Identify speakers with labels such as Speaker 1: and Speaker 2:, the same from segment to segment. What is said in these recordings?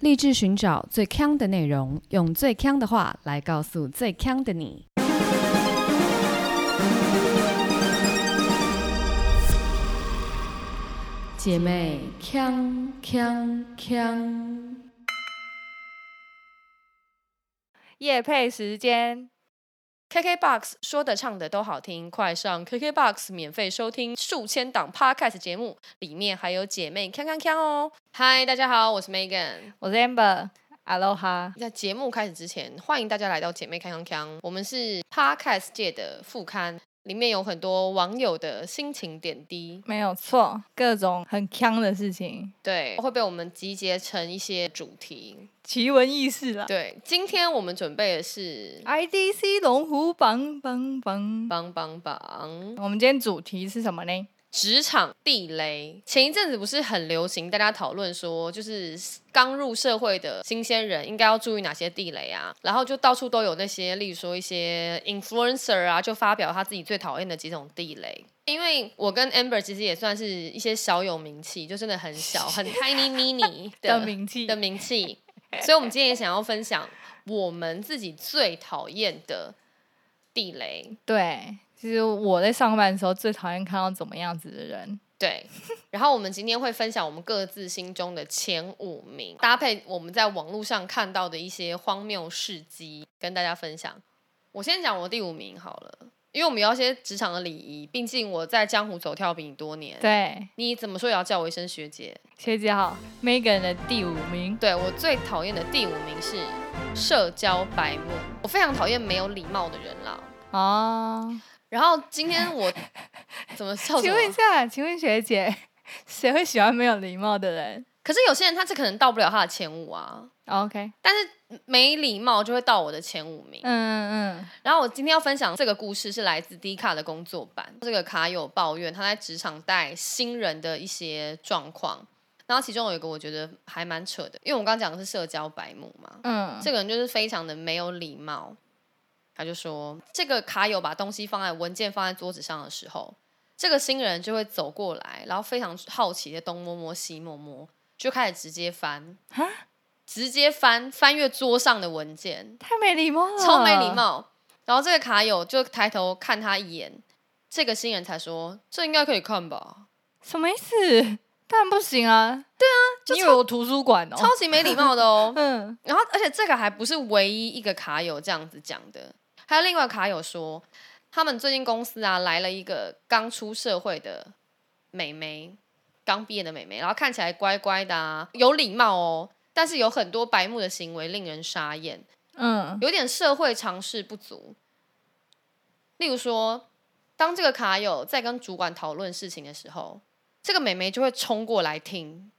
Speaker 1: 立志寻找最强的内容，用最强的话来告诉最强的你。姐妹，强强强！
Speaker 2: 夜配时间，
Speaker 1: KKBOX 说的唱的都好听，快上 KKBOX 免费收听数千档 Podcast 节目，里面还有姐妹锵锵锵哦！嗨，大家好，我是 Megan。
Speaker 2: 我是 Amber。Aloha，
Speaker 1: 在节目开始之前，欢迎大家来到姐妹锵锵锵，我们是 Podcast 界的副刊，里面有很多网友的心情点滴，
Speaker 2: 没有错，各种很呛的事情，
Speaker 1: 对，会被我们集结成一些主题。
Speaker 2: 奇闻异事啦。
Speaker 1: 对，今天我们准备的是
Speaker 2: IDC 龙虎榜榜榜，
Speaker 1: 帮帮帮。
Speaker 2: 我们今天主题是什么呢？
Speaker 1: 职场地雷，前一阵子不是很流行，大家讨论说，就是刚入社会的新鲜人应该要注意哪些地雷啊？然后就到处都有那些，例如说一些 influencer 啊，就发表他自己最讨厌的几种地雷。因为我跟 Amber 其实也算是一些小有名气，就真的很小，很 tiny mini
Speaker 2: 的名气
Speaker 1: 的名气，所以我们今天也想要分享我们自己最讨厌的地雷。
Speaker 2: 对，其实我在上班的时候最讨厌看到怎么样子的人。
Speaker 1: 对，然后我们今天会分享我们各自心中的前五名，搭配我们在网络上看到的一些荒谬事迹，跟大家分享。我先讲我第五名好了，因为我们有一些职场的礼仪，毕竟我在江湖走跳比你多年，
Speaker 2: 对，
Speaker 1: 你怎么说也要叫我一声学姐。
Speaker 2: 学姐好，Megan 的第五名，
Speaker 1: 对我最讨厌的第五名是社交白目，我非常讨厌没有礼貌的人啦。
Speaker 2: 哦，
Speaker 1: 然后今 天我怎么笑什
Speaker 2: 请问一
Speaker 1: 么？
Speaker 2: 下，请问学姐， 谁会喜欢没有礼貌的人
Speaker 1: 可是有些人他这可能到不了他的前五啊。
Speaker 2: ？OK，
Speaker 1: 但是没礼貌就会到我的前五名。
Speaker 2: 嗯嗯
Speaker 1: 然后我今天要分享这个故事是来自 D 卡的工作版，这个卡友抱怨他在职场带新人的一些状况，然后其中有一个我觉得还蛮扯的，因为我刚刚讲的是社交白目嘛，
Speaker 2: 嗯，
Speaker 1: 这个人就是非常的没有礼貌。他就说，这个卡友把东西放在文件放在桌子上的时候，这个新人就会走过来，然后非常好奇的东摸摸西摸摸，就开始直接翻
Speaker 2: 哈，
Speaker 1: 直接翻翻阅桌上的文件，
Speaker 2: 太没礼貌了，
Speaker 1: 超没礼貌。然后这个卡友就抬头看他一眼，这个新人才说：“这应该可以看 吧
Speaker 2: 什么意思？当然不行啊！对啊，
Speaker 1: 就
Speaker 2: 你以为我图书馆？”哦？。
Speaker 1: 超级没礼貌的哦
Speaker 2: 嗯，
Speaker 1: 然后，而且这个还不是唯一一个卡友这样子讲的，还有另外一个卡友说，他们最近公司啊来了一个刚出社会的美眉，刚毕业的美眉，然后看起来乖乖的啊，有礼貌哦，但是有很多白目的行为令人傻眼。
Speaker 2: 嗯，
Speaker 1: 有点社会常识不足。例如说，当这个卡友在跟主管讨论事情的时候，这个美眉就会冲过来听。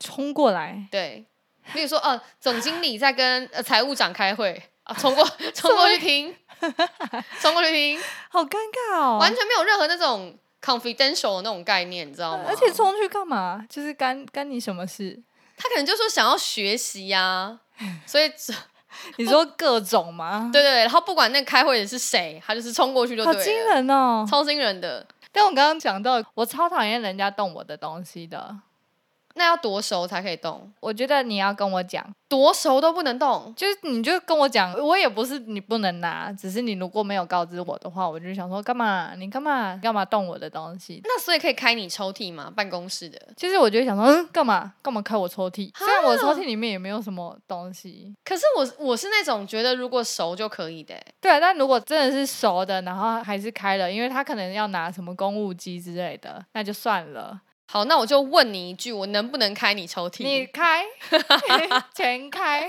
Speaker 2: 冲过来，
Speaker 1: 对，例如说，呃，总经理在跟呃财务长开会啊，冲过冲过 去听，冲过去听，
Speaker 2: 好尴尬哦！
Speaker 1: 完全没有任何那种 confidential 的那种概念，你知道吗？
Speaker 2: 而且冲去干嘛？就是干干你什么事？
Speaker 1: 他可能就说想要学习呀、所以 对
Speaker 2: 你说各种吗？，
Speaker 1: 对对，然后不管那个开会的是谁，他就是冲过去就
Speaker 2: 好
Speaker 1: 对了，
Speaker 2: 惊人哦！
Speaker 1: 超惊人的。
Speaker 2: 但我刚刚讲到，我超讨厌人家动我的东西的。
Speaker 1: 那要多熟才可以动？
Speaker 2: 我觉得你要跟我讲，
Speaker 1: 多熟都不能动。
Speaker 2: 就是你就跟我讲，我也不是你不能拿，只是你如果没有告知我的话，我就想说干嘛？你干嘛干嘛动我的东西？
Speaker 1: 那所以可以开你抽屉吗？办公室的？
Speaker 2: 其实我就会想说，嗯，干嘛干嘛开我抽
Speaker 1: 啊
Speaker 2: 屉？虽然我的抽屉里面也没有什么东西。
Speaker 1: 可是我我是那种觉得如果熟就可以的欸、
Speaker 2: 对啊，但如果真的是熟的，然后还是开了，因为他可能要拿什么公务机之类的，那就算了。
Speaker 1: 好，那我就问你一句，我能不能开你抽屉？
Speaker 2: 你开，全开，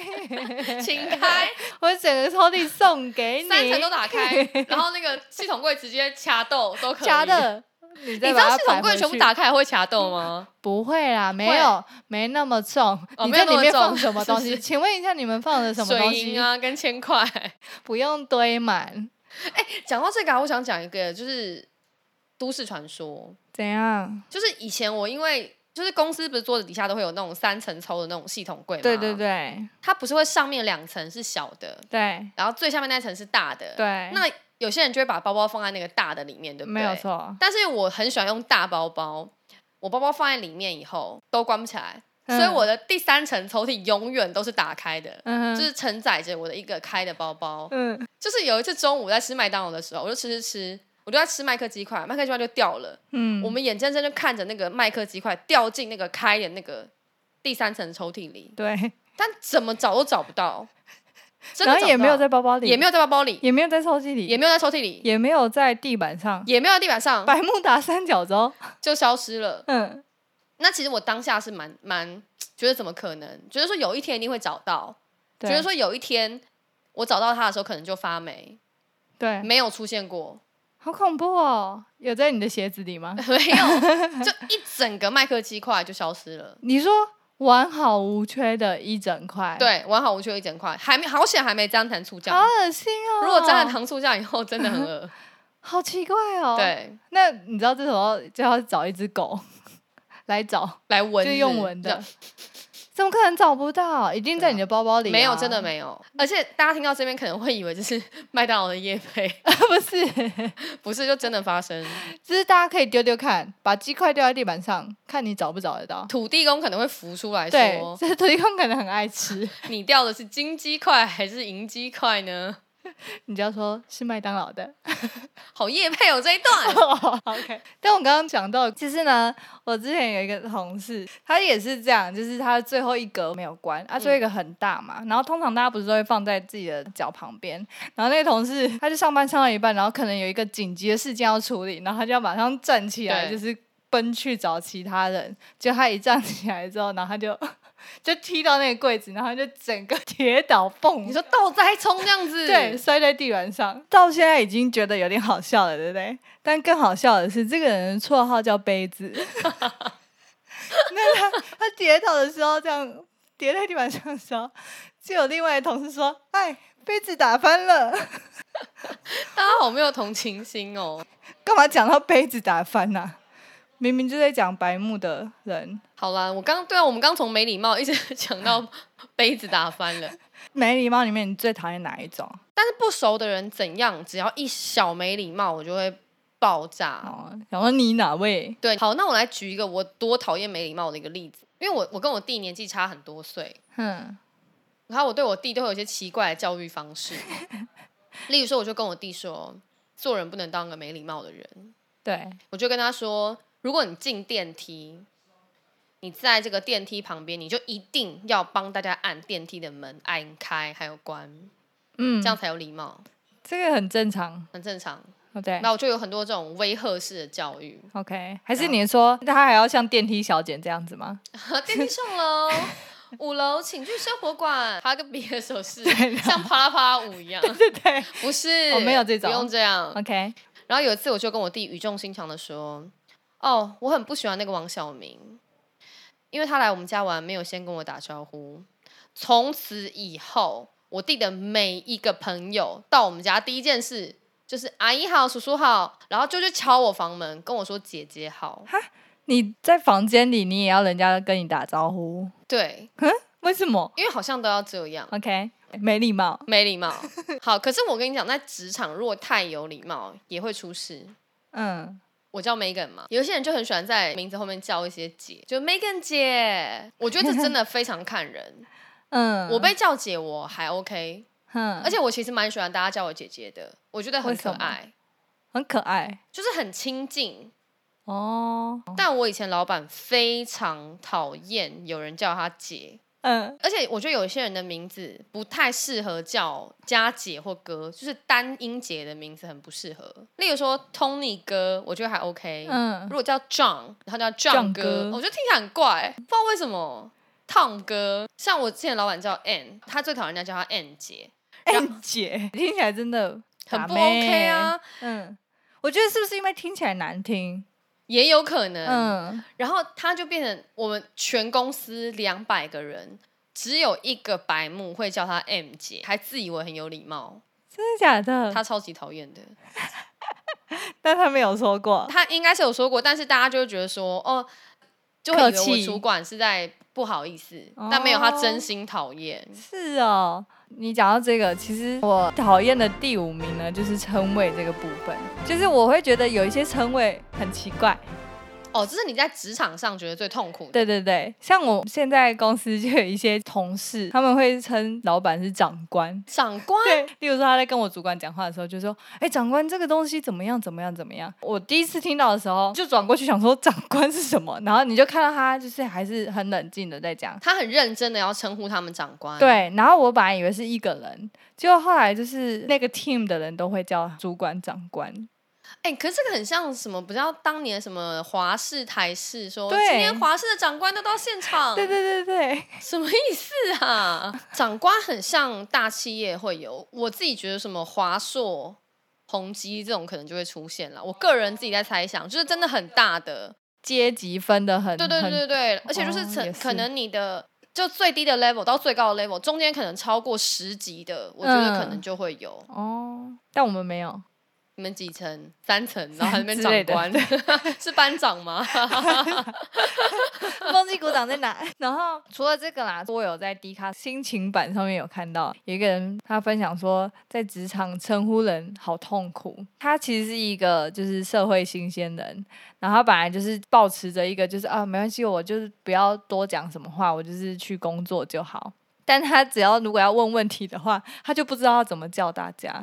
Speaker 1: 请 开，
Speaker 2: 我整个抽屉送给你，
Speaker 1: 三层都打开， 然后那个系统柜直接掐豆都可以。
Speaker 2: 加，的。你
Speaker 1: 你
Speaker 2: 再
Speaker 1: 知
Speaker 2: 把它
Speaker 1: 道系统
Speaker 2: 摆
Speaker 1: 柜
Speaker 2: 回
Speaker 1: 全部
Speaker 2: 去
Speaker 1: 打开还会掐豆 吗？
Speaker 2: 不会啦，没
Speaker 1: 会
Speaker 2: 有没那么重。
Speaker 1: 哦
Speaker 2: 你
Speaker 1: 没
Speaker 2: 在
Speaker 1: 有那
Speaker 2: 里
Speaker 1: 么
Speaker 2: 面
Speaker 1: 重
Speaker 2: 放什么
Speaker 1: 是不
Speaker 2: 东西？
Speaker 1: 是
Speaker 2: 请问一下，你们放了什么东
Speaker 1: 水
Speaker 2: 西？
Speaker 1: 银啊，跟千块。
Speaker 2: 不用堆满，
Speaker 1: 讲到这个、啊，我想讲一个，就是都市传说。
Speaker 2: 怎样？
Speaker 1: 就是以前我因为就是公司不是桌子底下都会有那种三层抽的那种系统柜吗？
Speaker 2: 对对，对
Speaker 1: 它不是会上面两层是小的，
Speaker 2: 对
Speaker 1: 然后最下面那层是大的。，
Speaker 2: 对，
Speaker 1: 那有些人就会把包包放在那个大的里面，对不对？
Speaker 2: 没有。错。
Speaker 1: 但是我很喜欢用大包包，我包包放在里面以后都关不起来，所以我的第三层抽屉永远都是打开的，
Speaker 2: 嗯
Speaker 1: 就
Speaker 2: 哼
Speaker 1: 是承载着我的一个开的包包。
Speaker 2: 嗯
Speaker 1: 就是有一次中午在吃麦当劳的时候，我就吃吃吃，我就在吃麦克鸡块，麦克鸡块就掉了，
Speaker 2: 嗯，
Speaker 1: 我们眼睁睁就看着那个麦克鸡块掉进那个开的那个第三层抽屉里，
Speaker 2: 对，
Speaker 1: 但怎么找都找不到，真的
Speaker 2: 然后也没有
Speaker 1: 找不
Speaker 2: 在包包
Speaker 1: 到，
Speaker 2: 里，
Speaker 1: 也没有在包包里，
Speaker 2: 也没有在抽屉里，
Speaker 1: 也没有在抽屉里，
Speaker 2: 也没有在地板上，
Speaker 1: 也没有在地板上，
Speaker 2: 百慕达三角洲，
Speaker 1: 就消失了。
Speaker 2: 嗯
Speaker 1: 那其实我当下是蛮蛮觉得怎么可能？觉得说有一天一定会找到，觉
Speaker 2: 对，
Speaker 1: 得说有一天我找到他的时候可能就发霉，
Speaker 2: 对，
Speaker 1: 没有出现过，？
Speaker 2: 好恐怖哦！有在你的鞋子里吗
Speaker 1: 没有，就一整个麦克鸡块就消失了。
Speaker 2: 你说完好无缺的一整块，，
Speaker 1: 对，完好无缺一整块，还没好险还没沾糖醋酱。
Speaker 2: 好恶心哦！
Speaker 1: 如果沾了，糖醋酱以后，真的很恶。
Speaker 2: 好奇怪 哦。，
Speaker 1: 对，
Speaker 2: 那你知道这时候就要找一只狗来找，
Speaker 1: 来闻
Speaker 2: 就是用闻的
Speaker 1: 这，
Speaker 2: 怎么可能找不到？一定在你的包包里啊、
Speaker 1: 没有，真的没有。而且大家听到这边可能会以为这是 麦当劳的夜配，
Speaker 2: 啊不是，
Speaker 1: 不是就真的发生。
Speaker 2: 就是大家可以丢丢看，把鸡块丢在地板上，看你找不找得到。
Speaker 1: 土地公可能会浮出来
Speaker 2: 对
Speaker 1: 说，：“
Speaker 2: 这土地公可能很爱吃。
Speaker 1: 你掉的是金鸡块还是银鸡块呢？”
Speaker 2: 你就要说是麦当劳的。
Speaker 1: 好夜配哦这一 段。
Speaker 2: OK，但我刚刚讲到，其实呢，我之前有一个同事，他也是这样，就是他最后一格没有关，他最后一个很大嘛，然后通常大家不是都会放在自己的脚旁边，然后那个同事他就上班上到一半，然后可能有一个紧急的事件要处理，然后他就要马上站起来，
Speaker 1: 对
Speaker 2: 就是奔去找其他人，就他一站起来之后，然后他就 就踢到那个柜子，然后他就整个跌倒蹦
Speaker 1: 你。说倒栽葱这样子，
Speaker 2: 对，，摔在地板上，到现在已经觉得有点好笑了，对不对？但更好笑的是，这个人的绰号叫杯 子。那他他跌倒的时候，这样跌在地板上的时候，就有另外的同事说：“哎，杯子打翻了。”
Speaker 1: 大家好没有同情心哦。
Speaker 2: 干嘛讲到杯子打翻呐、明明就在讲白目的人，
Speaker 1: 好啦，我刚对啊，我们刚从没礼貌一直讲 到杯子打翻了，
Speaker 2: 没礼貌里面你最讨厌哪一种？
Speaker 1: 但是不熟的人怎样，只要一小没礼貌，我就会爆炸。
Speaker 2: 哦，想说你哪位？
Speaker 1: 对，好，那我来举一个我多讨厌没礼貌的一个例子，因为我我跟我弟年纪差很多岁，
Speaker 2: 哼，
Speaker 1: 然后我对我弟都会有一些奇怪的教育方式， 例如说，我就跟我弟说，做人不能当个没礼貌的人，
Speaker 2: 对，
Speaker 1: 我就跟他说，如果你进电梯，你在这个电梯旁边，你就一定要帮大家按电梯的门按开还有关，
Speaker 2: 嗯
Speaker 1: 这，样才有礼貌，
Speaker 2: 这个很正常。
Speaker 1: 很正常。
Speaker 2: 对
Speaker 1: 那我就有很多这种威吓式的教育，
Speaker 2: ，OK，还是你说他还要像电梯小姐这样子 吗？
Speaker 1: 电梯上楼，五楼请去生活馆，他跟比的手势
Speaker 2: 对然后
Speaker 1: 像啪啦啪啦 舞一样，
Speaker 2: 对对
Speaker 1: 不是？
Speaker 2: 哦没有这种
Speaker 1: 不用这样。
Speaker 2: ，OK，
Speaker 1: 然后有一次，我就跟我弟语重心长的说：“哦，我很不喜欢那个王小明，因为他来我们家玩没有先跟我打招呼。从此以后，我弟的每一个朋友到我们家，第一件事就是阿姨好，叔叔好，然后就去敲我房门，跟我说姐姐好。
Speaker 2: 你在房间里你也要人家跟你打招呼，
Speaker 1: 对，
Speaker 2: 为什么
Speaker 1: 因为好像都要这样。”
Speaker 2: ？OK，没礼貌。
Speaker 1: 没礼貌，好。可是我跟你讲，在职场如果太有礼貌，也会出事。
Speaker 2: 嗯，
Speaker 1: 我叫 Megan 嘛，有一些人就很喜欢在名字后面叫一些姐，就 Megan 姐。我觉得这真的非常看人。
Speaker 2: 嗯，
Speaker 1: 我被叫姐我还 OK，
Speaker 2: 哼，
Speaker 1: 而且我其实蛮喜欢大家叫我姐姐的，我觉得很
Speaker 2: 为什
Speaker 1: 可
Speaker 2: 么
Speaker 1: 爱，
Speaker 2: 很可爱
Speaker 1: 就是很亲近。
Speaker 2: 哦。
Speaker 1: 但我以前老板非常讨厌有人叫他姐，
Speaker 2: 嗯，
Speaker 1: 而且我觉得有些人的名字不太适合叫加姐或哥，就是单音节的名字很不适合。例如说 Tony 哥，我觉得还 OK。
Speaker 2: 嗯
Speaker 1: 如果叫 John，然后叫
Speaker 2: John
Speaker 1: John
Speaker 2: 哥
Speaker 1: 哥，我觉得听起来很怪，不知道为什么。Tom 哥，像我之前老板叫 Ann，他最讨厌人家叫他 Ann 姐，
Speaker 2: ，N 哎姐听起来真的
Speaker 1: 哎很
Speaker 2: 打
Speaker 1: 不
Speaker 2: 妹
Speaker 1: OK 啊，
Speaker 2: 嗯，我觉得是不是因为听起来难听？
Speaker 1: 也有可能。
Speaker 2: 嗯，
Speaker 1: 然后他就变成我们全公司两百个人，只有一个白目会叫他 M 姐，还自以为很有礼貌，
Speaker 2: 真的假的？
Speaker 1: 他超级讨厌的。
Speaker 2: 但他没有说过。
Speaker 1: 他应该是有说过，但是大家就会觉得说，哦，就会以为我主管是在不好意思
Speaker 2: 哦，
Speaker 1: 但没有，他真心讨厌。
Speaker 2: 是哦，你讲到这个，其实我讨厌的第五名呢，就是称谓这个部分，就是我会觉得有一些称谓很奇怪，
Speaker 1: 哦，这是你在职场上觉得最痛苦的。
Speaker 2: 对对对，像我现在公司就有一些同事，他们会称老板是长官。
Speaker 1: 长官，
Speaker 2: 对， 例如说他在跟我主管讲话的时候，就说：“哎、长官，这个东西怎么样？怎么样？怎么样？”我第一次听到的时候，就转过去想说长官是什么，然后你就看到他就是还是很冷静的在讲。
Speaker 1: 他很认真的要称呼他们长官。，
Speaker 2: 对，然后我本来以为是一个人，结果后来就是那个 team 的人都会叫主管长官。
Speaker 1: 哎、可是这个很像什么？不知道当年什么华视、台视说，
Speaker 2: 对
Speaker 1: 今天华视的长官都到现场，
Speaker 2: 对对对对，
Speaker 1: 什么意思啊？长官很像大企业会有，我自己觉得什么华硕、宏基这种可能就会出现了。我个人自己在猜想，就是真的很大的，
Speaker 2: 阶级分的很
Speaker 1: 对对对对
Speaker 2: 很
Speaker 1: 对，而且就是
Speaker 2: 哦
Speaker 1: 可、
Speaker 2: 也
Speaker 1: 可
Speaker 2: 是
Speaker 1: 能你的就最低的 level 到最高的 level，中间可能超过十级的，我觉得可能
Speaker 2: 嗯
Speaker 1: 就会有。
Speaker 2: 哦，但我们没有。
Speaker 1: 你们几层？三层，然后还在那边
Speaker 2: 之类
Speaker 1: 长
Speaker 2: 的
Speaker 1: 官， 是班长吗？
Speaker 2: 忘记鼓掌在哪。然后除了这个啦，我有在 D 卡心情版上面有看到有一个人，他分享说在职场称呼人好痛苦。他其实是一个就是社会新鲜人，然后他本来就是保持着一个就是啊没关系，我就是不要多讲什么话，我就是去工作就好。但他只要如果要问问题的话，他就不知道要怎么叫大家，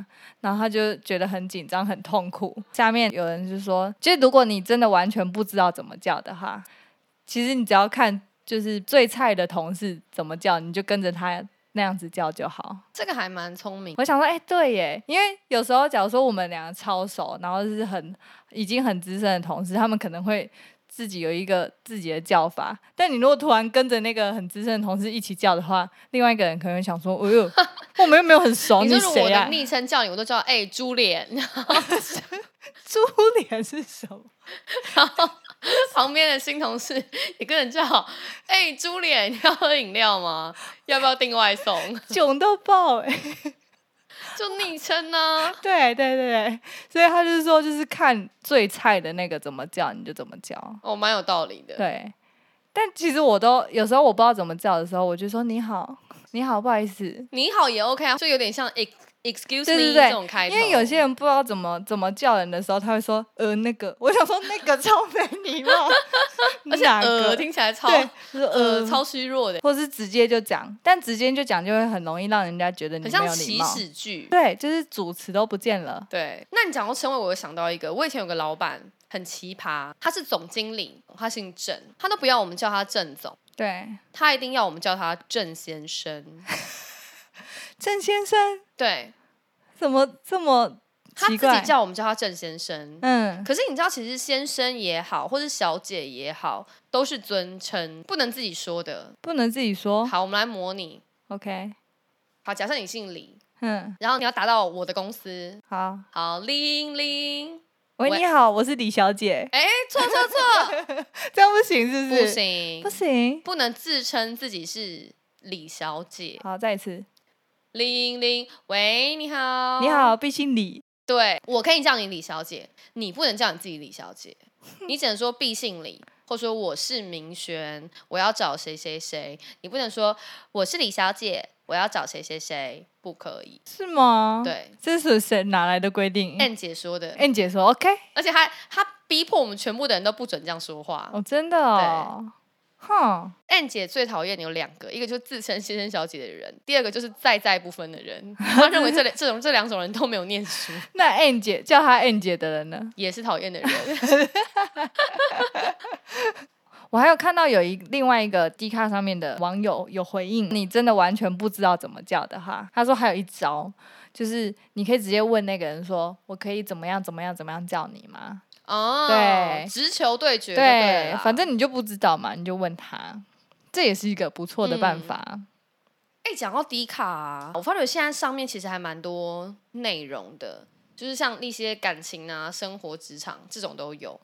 Speaker 2: 然后他就觉得很紧张、很痛苦。下面有人就说，就是如果你真的完全不知道怎么叫的话，其实你只要看就是最菜的同事怎么叫，你就跟着他那样子叫就好。
Speaker 1: 这个还蛮聪明。
Speaker 2: 我想说，哎、对耶，因为有时候假如说我们两个超熟，然后就是很已经很资深的同事，他们可能会。自己有一个自己的叫法，但你如果突然跟着那个很资深的同事一起叫的话，另外一个人可能会想说：“哎呦， 我们又没有很熟，
Speaker 1: 你
Speaker 2: 是
Speaker 1: 说如果我
Speaker 2: 谁
Speaker 1: 的
Speaker 2: 啊
Speaker 1: 昵称叫你，我都叫哎、猪脸， 然后？”
Speaker 2: 猪脸是什么？
Speaker 1: 旁边的新同事也跟人叫哎、猪脸， 你要喝饮料吗？要不要订外送？
Speaker 2: 囧到爆哎、
Speaker 1: 就昵称啊呢？
Speaker 2: 对对对，所以他就是说，就是看最菜的那个怎么叫，你就怎么叫。
Speaker 1: 哦，蛮有道理的。
Speaker 2: 对，但其实我都有时候我不知道怎么叫的时候，我就说你好，你好，不好意思，
Speaker 1: 你好也 OK 啊，就有点像 ex excuse me
Speaker 2: 对对对
Speaker 1: 这种开头。
Speaker 2: 因为有些人不知道怎么怎么叫人的时候，他会说呃那个，我想说那个超没礼貌，
Speaker 1: 而且
Speaker 2: 哪
Speaker 1: 呃
Speaker 2: 个
Speaker 1: 听起来超
Speaker 2: 对，他说
Speaker 1: 呃
Speaker 2: 呃
Speaker 1: 超虚弱的，
Speaker 2: 或是直接就讲，但直接就讲就会很容易让人家觉得你
Speaker 1: 很
Speaker 2: 嗯没
Speaker 1: 像
Speaker 2: 有礼
Speaker 1: 祈
Speaker 2: 貌。
Speaker 1: 使句。
Speaker 2: 对，就是主词都不见了。
Speaker 1: 对，那你讲到称谓，我有想到一个，我以前有个老板很奇葩，他是总经理，他姓郑，他都不要我们叫他郑总，
Speaker 2: 对，
Speaker 1: 他一定要我们叫他郑先生。
Speaker 2: 郑先生
Speaker 1: 对，
Speaker 2: 怎么这么
Speaker 1: 他
Speaker 2: 奇
Speaker 1: 自
Speaker 2: 怪？
Speaker 1: 己叫我们叫他郑先生。
Speaker 2: 嗯，
Speaker 1: 可是你知道，其实先生也好，或是小姐也好，都是尊称，不能自己说的。
Speaker 2: 不能自己说。
Speaker 1: 好，我们来模拟。
Speaker 2: OK，
Speaker 1: 好，假设你姓李，
Speaker 2: 嗯，
Speaker 1: 然后你要打到我的公司。
Speaker 2: 好。
Speaker 1: 好，玲玲，
Speaker 2: 喂，
Speaker 1: 喂
Speaker 2: 你好，我是李小姐。
Speaker 1: 哎，错错错，
Speaker 2: 这样不行， 是不是？
Speaker 1: 不，行
Speaker 2: 不，行。
Speaker 1: 不能自称自己是李小姐。
Speaker 2: 好，再一次。
Speaker 1: 玲玲，喂，你好，
Speaker 2: 你，好，毕姓李。
Speaker 1: 对我可以叫你李小姐，你不能叫你自己李 小姐，你只能说毕姓李，或说我是明轩，我要找谁谁谁，你不能说我是李小姐，我要找谁谁谁，不可以。
Speaker 2: 是吗？，
Speaker 1: 对
Speaker 2: 这是谁哪来的规定
Speaker 1: ，N 姐说的，
Speaker 2: ？N 姐说 OK，
Speaker 1: 而且还她逼迫我们全部的人都不准这样说话。
Speaker 2: 哦，真的哦。哼，
Speaker 1: N 姐最讨厌有两个，一个就是自称先生小姐的人，第二个就是在在不分 的人。她认为这两这种这两种人都没有念书，
Speaker 2: 那 N 姐叫她 N 姐的人呢？
Speaker 1: 也是讨厌的 人。
Speaker 2: 我还有看到有一另外一个 D 卡上面的网友有回应，你真的完全不知道怎么叫的哈。他说还有一招，就是你可以直接问那个人说，我可以怎么样怎么样怎么样叫你吗？
Speaker 1: 哦，
Speaker 2: 对
Speaker 1: 直球对决就对
Speaker 2: 对
Speaker 1: 了啦，
Speaker 2: 反正你就不知道嘛，你就问他，这也是一个不错的办法。
Speaker 1: 哎，讲到迪卡、啊，我发觉现在上面其实还蛮多内容的，就是像一些感情啊、生活、职场这种都有。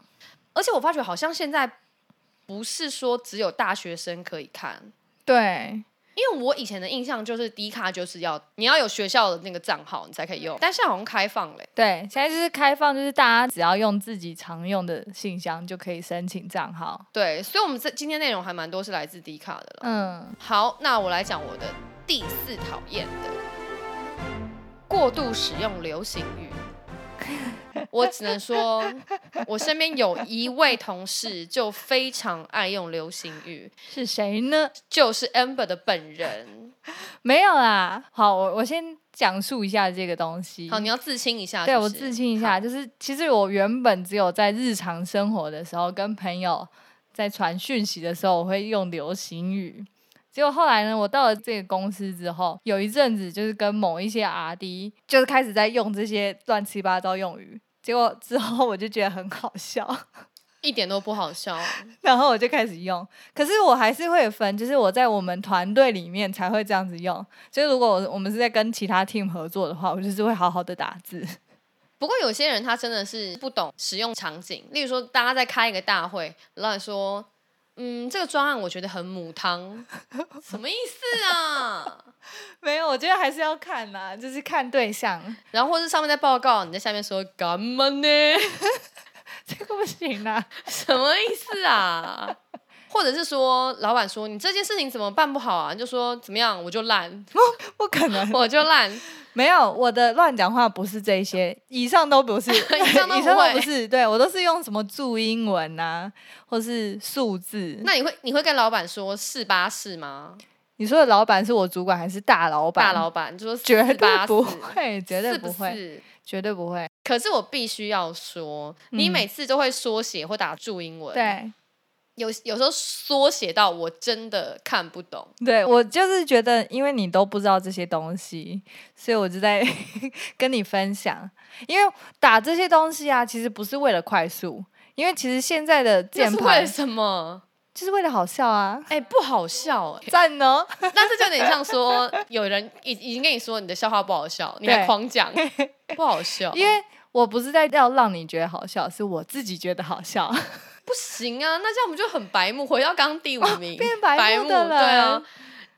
Speaker 1: 而且我发觉好像现在不是说只有大学生可以看，
Speaker 2: 对，
Speaker 1: 因为我以前的印象就是迪卡就是要你要有学校的那个账号你才可以用，
Speaker 2: 嗯
Speaker 1: 但现在好像开放欸嘞、
Speaker 2: 对，现在就是开放，就是大家只要用自己常用的信箱就可以申请账号。
Speaker 1: 对，所以我们这今天内容还蛮多是来自迪卡的了。
Speaker 2: 嗯，
Speaker 1: 好，那我来讲我的第四讨厌的过度使用流行语。我只能说，我身边有一位同事就非常爱用流行语，
Speaker 2: 是谁呢？
Speaker 1: 就是 Amber 的本人。
Speaker 2: 没有啦。好，我我先讲述一下这个东西。
Speaker 1: 好，你要自清一下
Speaker 2: 对
Speaker 1: 啊是
Speaker 2: 我
Speaker 1: 不是
Speaker 2: 自清一下，就是其实我原本只有在日常生活的时候，跟朋友在传讯息的时候，我会用流行语。结果后来呢，我到了这个公司之后，有一阵子就是跟某一些 R D 就是开始在用这些乱七八糟用语。结果之后我就觉得很好笑，
Speaker 1: 一点都不好笑。
Speaker 2: 然后我就开始用。可是我还是会有分，就是我在我们团队里面才会这样子用。就是如果我我们是在跟其他 team 合作的话，我就是会好好的打字。
Speaker 1: 不过有些人他真的是不懂使用场景，例如说大家在开一个大会，然后你说，嗯，这个专案我觉得很母汤，什么意思啊？
Speaker 2: 没有，我觉得还是要看啦、就是看对象，
Speaker 1: 然后或是上面在报告，你在下面说干嘛呢？
Speaker 2: 这个不行啦、
Speaker 1: 什么意思啊？或者是说，老板说你这件事情怎么办不好啊？你就说怎么样，我就烂，
Speaker 2: 不可能。
Speaker 1: 我就烂，
Speaker 2: 没有，我的乱讲话不是这些，以上都 不是，以
Speaker 1: 上都不会
Speaker 2: 不是。对我都是用什么注英文啊，或是数字。
Speaker 1: 那你会你会跟老板说四八四吗？
Speaker 2: 你说的老板是我主管还是大老板？
Speaker 1: 大老板就说
Speaker 2: 绝对
Speaker 1: 484
Speaker 2: 不会，绝对
Speaker 1: 是
Speaker 2: 不
Speaker 1: 不
Speaker 2: 会，
Speaker 1: 是？
Speaker 2: 绝对不会。
Speaker 1: 可是我必须要说，你
Speaker 2: 嗯
Speaker 1: 每次都会缩写或打注英文，，
Speaker 2: 对
Speaker 1: 有有时候缩写到我真的看不懂。
Speaker 2: 对，我就是觉得，因为你都不知道这些东西，所以我就在 跟你分享。因为打这些东西啊，其实不是为了快速，因为其实现在的
Speaker 1: 这
Speaker 2: 键
Speaker 1: 是为
Speaker 2: 盘
Speaker 1: 了什么？
Speaker 2: 就是为了好笑啊，
Speaker 1: 哎、不好笑哎、
Speaker 2: 赞哦。
Speaker 1: 那这就有点像说，有人已已经跟你说你的笑话不好笑，你还
Speaker 2: 对
Speaker 1: 狂讲，不好笑，
Speaker 2: 因为我不是在要让你觉得好笑，是我自己觉得好笑。
Speaker 1: 不行啊，那这样我们就很白目。回到刚刚第五名，
Speaker 2: 哦变白目
Speaker 1: 目
Speaker 2: 的
Speaker 1: 对啊
Speaker 2: 人，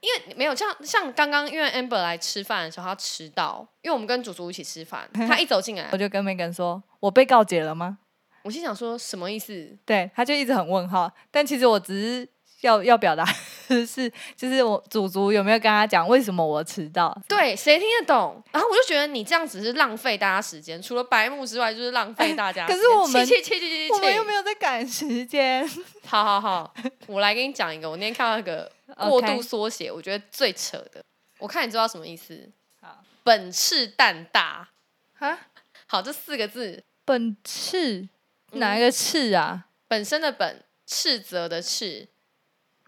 Speaker 1: 因为没有像像刚刚，因为 Amber 来吃饭的时候，她迟到，因为我们跟祖祖一起吃饭，她
Speaker 2: 嗯
Speaker 1: 一走进来
Speaker 2: 我，就跟 Megan 说：“我被告解了吗
Speaker 1: 我心想说什么意思？”？
Speaker 2: 对，他就一直很问号，但其实我只是要要表达 是，就是我祖祖有没有跟他讲为什么我迟到？
Speaker 1: 对，谁听得懂？然后我就觉得你这样只是浪费大家时间，除了白目之外，就是浪费大家
Speaker 2: 可
Speaker 1: 时间。
Speaker 2: 是我们
Speaker 1: 切切切切切
Speaker 2: 我们又没
Speaker 1: 有
Speaker 2: 有在赶时间。
Speaker 1: 好好好，我来给你讲一个，我那天看到一个
Speaker 2: OK
Speaker 1: 过度缩写我觉得最扯的，我看你知道什么意思
Speaker 2: 好？
Speaker 1: 本赤蛋大，
Speaker 2: 啊，
Speaker 1: 好，这四个字
Speaker 2: 本赤
Speaker 1: 嗯
Speaker 2: 哪一个赤啊？
Speaker 1: 本身的本，斥责的斥，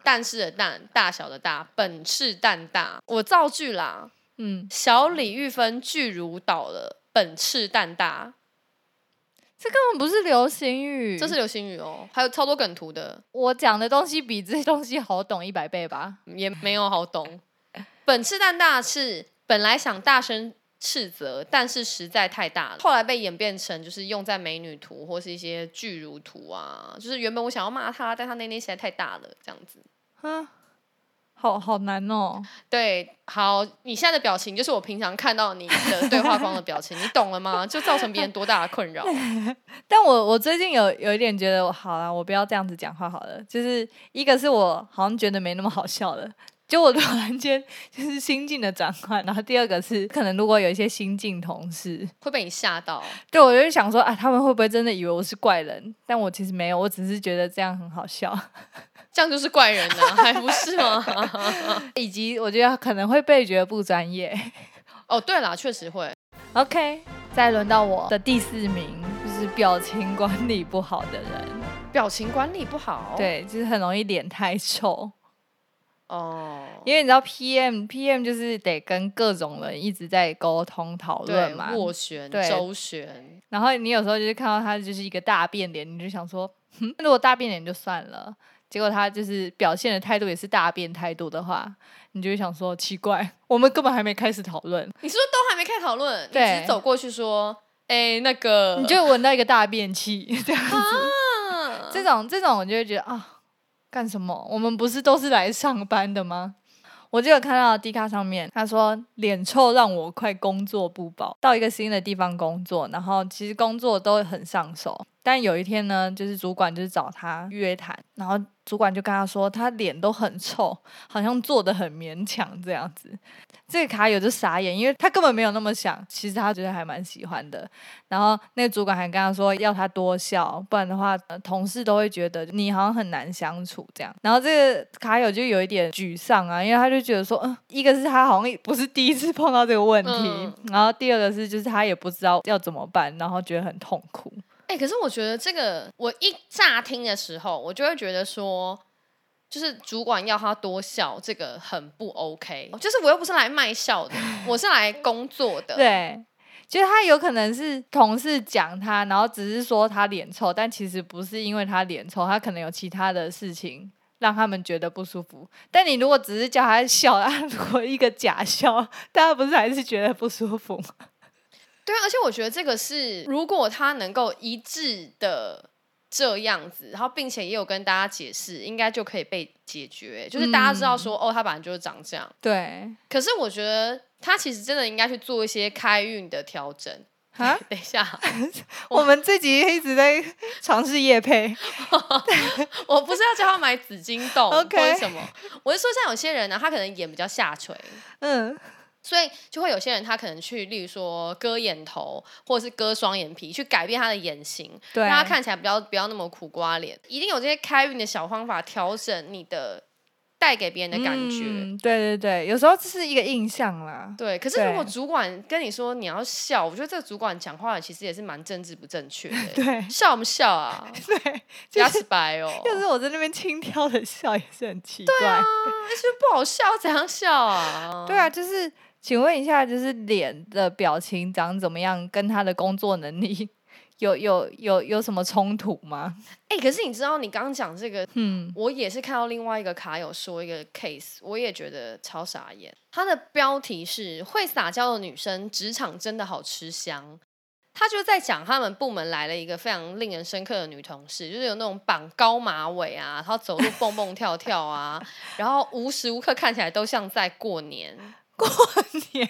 Speaker 1: 但是的但，大小的大，本赤蛋大。我造句啦，
Speaker 2: 嗯，
Speaker 1: 小李玉芬巨乳倒了，本赤蛋大，
Speaker 2: 这根本不是流行语，
Speaker 1: 这是流星雨哦，还有超多梗图的，
Speaker 2: 我讲的东西比这些东西好懂一百倍吧？
Speaker 1: 也没有好懂。本赤蛋大是本来想大声斥责，但是实在太大了，后来被演变成就是用在美女图或是一些巨乳图啊，就是原本我想要骂他，但他那天实在太大了，这样子。
Speaker 2: 啊，好好难哦。
Speaker 1: 对，好，你现在的表情就是我平常看到你的对话框的表情，你懂了吗？就造成别人多大的困扰？
Speaker 2: 但我我最近有有一点觉得，好啦，我不要这样子讲话好了。就是一个是我好像觉得没那么好笑了，就我突然间就是心境的转换。然后第二个是，可能如果有一些新进同事，
Speaker 1: 会被你吓到。
Speaker 2: 对我就想说，啊，他们会不会真的以为我是怪人？但我其实没有，我只是觉得这样很好笑，
Speaker 1: 这样就是怪人呢、还不是吗？
Speaker 2: 以及我觉得可能会被觉得不专业。
Speaker 1: 哦，对啦，确实会。
Speaker 2: OK，再 轮到我的第四名，就是表情管理不好的人，
Speaker 1: 表情管理不好，，
Speaker 2: 对，就是很容易脸太臭。
Speaker 1: 哦，
Speaker 2: 因为你知道 PM PM 就是得跟各种人一直在沟通讨论
Speaker 1: 对，
Speaker 2: 嘛，
Speaker 1: 斡旋、
Speaker 2: 对
Speaker 1: 周旋，
Speaker 2: 然后你有时候就是看到他就是一个大变脸，你就想说，哼，如果大变脸就算了，结果他就是表现的态度也是大变态度的话，你就会想说奇怪，我们根本还没开始讨论，
Speaker 1: 你是不是都还没开始讨论？你
Speaker 2: 对
Speaker 1: 只是走过去说，哎、那个，
Speaker 2: 你就闻到一个大便气，这样
Speaker 1: 啊，
Speaker 2: 这种这种我就会觉得啊，干什么？我们不是都是来上班的吗？我就有看到 D 卡上面，他说脸臭让我快工作不保，到一个新的地方工作，然后其实工作都很上手，但有一天呢，就是主管就是找他约谈，然后主管就跟他说，他脸都很臭， 好像做的很勉强这样子。这个卡友就傻眼，因为他根本没有那么想，其实他觉得还蛮喜欢的。然后那个主管还跟他说，要他多笑，不然的话、呃同事都会觉得你好像很难相处这样。然后这个卡友就有一点沮丧啊，因为他就觉得说，嗯、一个是他好像不是第一次碰到这个问题，
Speaker 1: 嗯
Speaker 2: 然后第二个是就是他也不知道要怎么办，然后觉得很痛苦。
Speaker 1: 哎、可是我觉得这个，我一乍听的时候，我就会觉得说，就是主管要他多笑，这个很不 OK。就是我又不是来卖 笑的，我是来工作的。，
Speaker 2: 对，就是他有可能是同事讲他，然后只是说他脸臭，但其实不是因为他脸臭，他可能有其他的事情让他们觉得不舒服。但你如果只是叫他笑， 他如果一个假笑，大家不是还是觉得不舒服吗？
Speaker 1: 对啊，而且我觉得这个是，如果他能够一致的这样子，然后并且也有跟大家解释，应该就可以被解决。就是大家知
Speaker 2: 嗯
Speaker 1: 道说，哦，他本来就是长这样。
Speaker 2: 对
Speaker 1: 可是我觉得他其实真的应该去做一些开运的调整。
Speaker 2: 啊，
Speaker 1: 等一下，
Speaker 2: 我们自己一直在尝试夜 配，
Speaker 1: 我不是要叫他买紫金豆
Speaker 2: OK
Speaker 1: 或者什么，我是说像有些人呢、他可能眼比较下垂，
Speaker 2: 嗯，
Speaker 1: 所以就会有些人他可能去，例如说割眼头或者是割双眼皮，去改变他的眼型，
Speaker 2: 对，
Speaker 1: 让他看起来不要不要那么苦瓜脸。一定有这些开运的小方法调整你的带给别人的感觉。
Speaker 2: 嗯对对对，有时候这是一个印象啦。
Speaker 1: 对，可是如果
Speaker 2: 对
Speaker 1: 主管跟你说你要笑，我觉得这个主管讲话其实也是蛮政治不正确的。
Speaker 2: 对
Speaker 1: 笑什么笑啊？
Speaker 2: 对，就
Speaker 1: 牙
Speaker 2: 是
Speaker 1: 齿白哦，
Speaker 2: 就是我在那边轻佻的笑也是很奇怪。
Speaker 1: 啊这不好笑，怎样笑 啊？
Speaker 2: 对啊，就是请问一下，就是脸的表情长怎么样，跟他的工作能力有有有有什么冲突吗？
Speaker 1: 哎、可是你知道，你刚刚讲这个，
Speaker 2: 嗯，
Speaker 1: 我也是看到另外一个卡友说一个 case，我也觉得超傻眼。他的标题是“会撒娇的女生，职场真的好吃香”。他就在讲他们部门来了一个非常令人深刻的女同事，就是有那种绑高马尾啊，然后走路蹦蹦跳跳啊，然后无时无刻看起来都像在过年。
Speaker 2: 年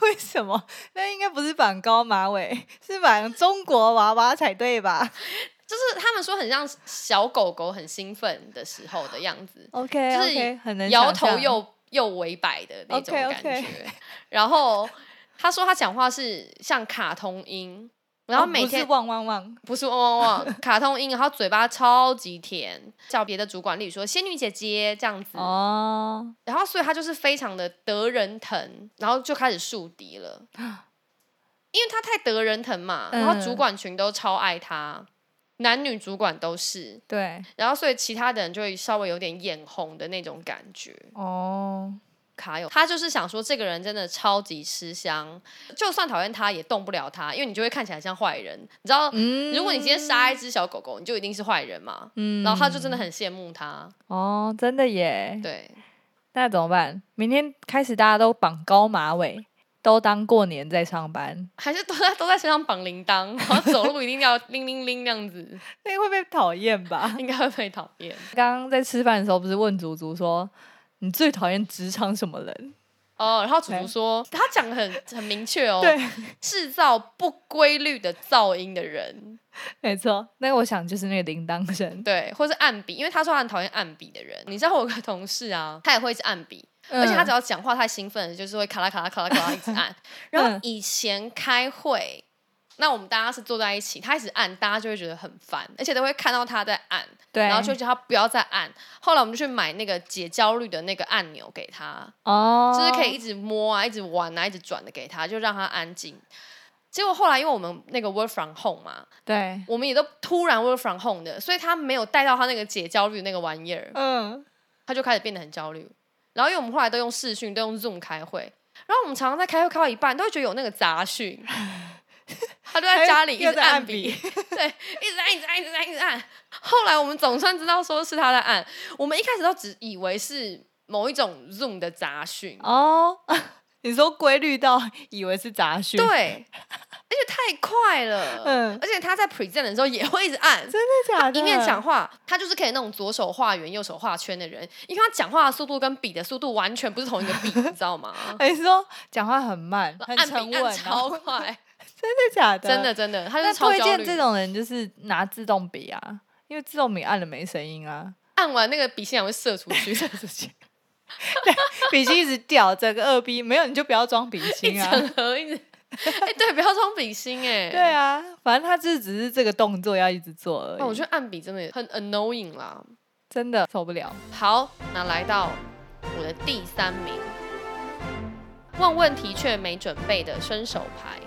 Speaker 2: 为什么？那应该不是绑高马尾，是绑中国娃娃才对吧
Speaker 1: 就是他们说很像小狗狗很兴奋的时候的样子，
Speaker 2: ？OK
Speaker 1: 就是
Speaker 2: OK，很能
Speaker 1: 摇
Speaker 2: 想
Speaker 1: 头
Speaker 2: 象
Speaker 1: 又又为摆的那种感
Speaker 2: OK，OK
Speaker 1: 觉。然后他说他讲话是像卡通音，然后
Speaker 2: 哦
Speaker 1: 每
Speaker 2: 不是
Speaker 1: 天、
Speaker 2: 汪汪汪，
Speaker 1: 不是汪汪汪，卡通音，然后嘴巴超级甜，叫别的主管，例如说仙女姐姐这样子。
Speaker 2: 哦，
Speaker 1: 然后所以他就是非常的得人疼，然后就开始树敌了。 因为他太得人疼嘛，然后主
Speaker 2: 嗯
Speaker 1: 管群都超爱他，男女主管都是，
Speaker 2: 对，
Speaker 1: 然后所以其他的人就会稍微有点眼红的那种感觉。
Speaker 2: 哦，
Speaker 1: 卡友，他就是想说这个人真的超级吃香，就算讨厌他也动不了他，因为你就会看起来像坏人。你知道，
Speaker 2: 嗯
Speaker 1: 如果你今天杀一只小狗狗，你就一定是坏人嘛。
Speaker 2: 嗯
Speaker 1: 然后他就真的很羡慕他，
Speaker 2: 哦，真的耶，
Speaker 1: 对，
Speaker 2: 那怎么办？明天开始大家都绑高马尾，都当过年在上班。
Speaker 1: 还是都在都在身上绑铃铛，然后走路一定要铃铃铃那样子，
Speaker 2: 那个会被讨厌吧？
Speaker 1: 应该会被讨厌。
Speaker 2: 刚刚在吃饭的时候，不是问竹竹说你最讨厌职场什么人？
Speaker 1: 哦，然后主
Speaker 2: 对
Speaker 1: 厨说他讲的很很明确哦，
Speaker 2: 对，
Speaker 1: 制造不规律的噪音的人，
Speaker 2: 没错，那个我想就是那个铃铛声，
Speaker 1: 对，或是按笔，因为他说他很讨厌按笔的人。你知道我有个同事啊，他也会一直按笔，而且他只
Speaker 2: 要
Speaker 1: 要讲话太兴奋，就是会咔啦咔啦咔啦咔啦一直按。然后
Speaker 2: 嗯
Speaker 1: 以前开会，那我们大家是坐在一起，他一直按，大家就会觉得很烦，而且都会看到他在按，
Speaker 2: 对，
Speaker 1: 然后就叫他不要再按。后来我们就去买那个解焦虑的那个按钮给他，
Speaker 2: 哦，
Speaker 1: 就是可以一直摸啊、一直玩啊、一直转的给他，就让他安静。结果后来因为我们那个 work from home 嘛，
Speaker 2: 对，
Speaker 1: 我们也都突然 work from home 的，所以他没有带到他那个解焦虑那个玩意儿。
Speaker 2: 嗯，
Speaker 1: 他就开始变得很焦虑。然后因为我们后来都用视讯，都用 Zoom 开会，然后我们常常在开会开到一半，都会觉得有那个 杂讯。他就在家里一
Speaker 2: 又
Speaker 1: 直
Speaker 2: 在
Speaker 1: 按
Speaker 2: 按
Speaker 1: 笔，
Speaker 2: 笔
Speaker 1: 对，一直按，一直按，一直按，一直按。后来我们总算知道说是他在按，我们一开始都只以为是某一种 Zoom 的 杂讯，
Speaker 2: 哦，你说规律到以为是杂讯，
Speaker 1: 对，而且太快了，
Speaker 2: 嗯
Speaker 1: 而且他在 present 的时候也会一直按，
Speaker 2: 真的假的？
Speaker 1: 一面讲话，他就是可以那种左手画圆、右手画圈的人，因为他讲话的速度跟笔的速度完全不是同一个笔，你知道吗？
Speaker 2: 哎，你说讲话很慢，很
Speaker 1: 按
Speaker 2: 沉
Speaker 1: 笔
Speaker 2: 稳
Speaker 1: 按
Speaker 2: 啊，
Speaker 1: 超快，
Speaker 2: 真的假的？
Speaker 1: 真的。真的，他就
Speaker 2: 那
Speaker 1: 是超
Speaker 2: 推
Speaker 1: 焦
Speaker 2: 荐这
Speaker 1: 虑。
Speaker 2: 种人就是拿自动笔啊，因为自动笔按了没声音啊。
Speaker 1: 按完那个笔芯还会射出去，射出去，
Speaker 2: 笔芯一直掉，整个二逼没有，你就不要装笔芯啊。
Speaker 1: 整盒 一直。 哎、对，不要装笔芯哎。
Speaker 2: 对啊，反正他就只是这个动作要一直做而已。
Speaker 1: 哦，我觉得按笔真的很 annoying 啦。
Speaker 2: 真的受不了。
Speaker 1: 好，那来到我的第三名，问问题却没准备的伸手牌，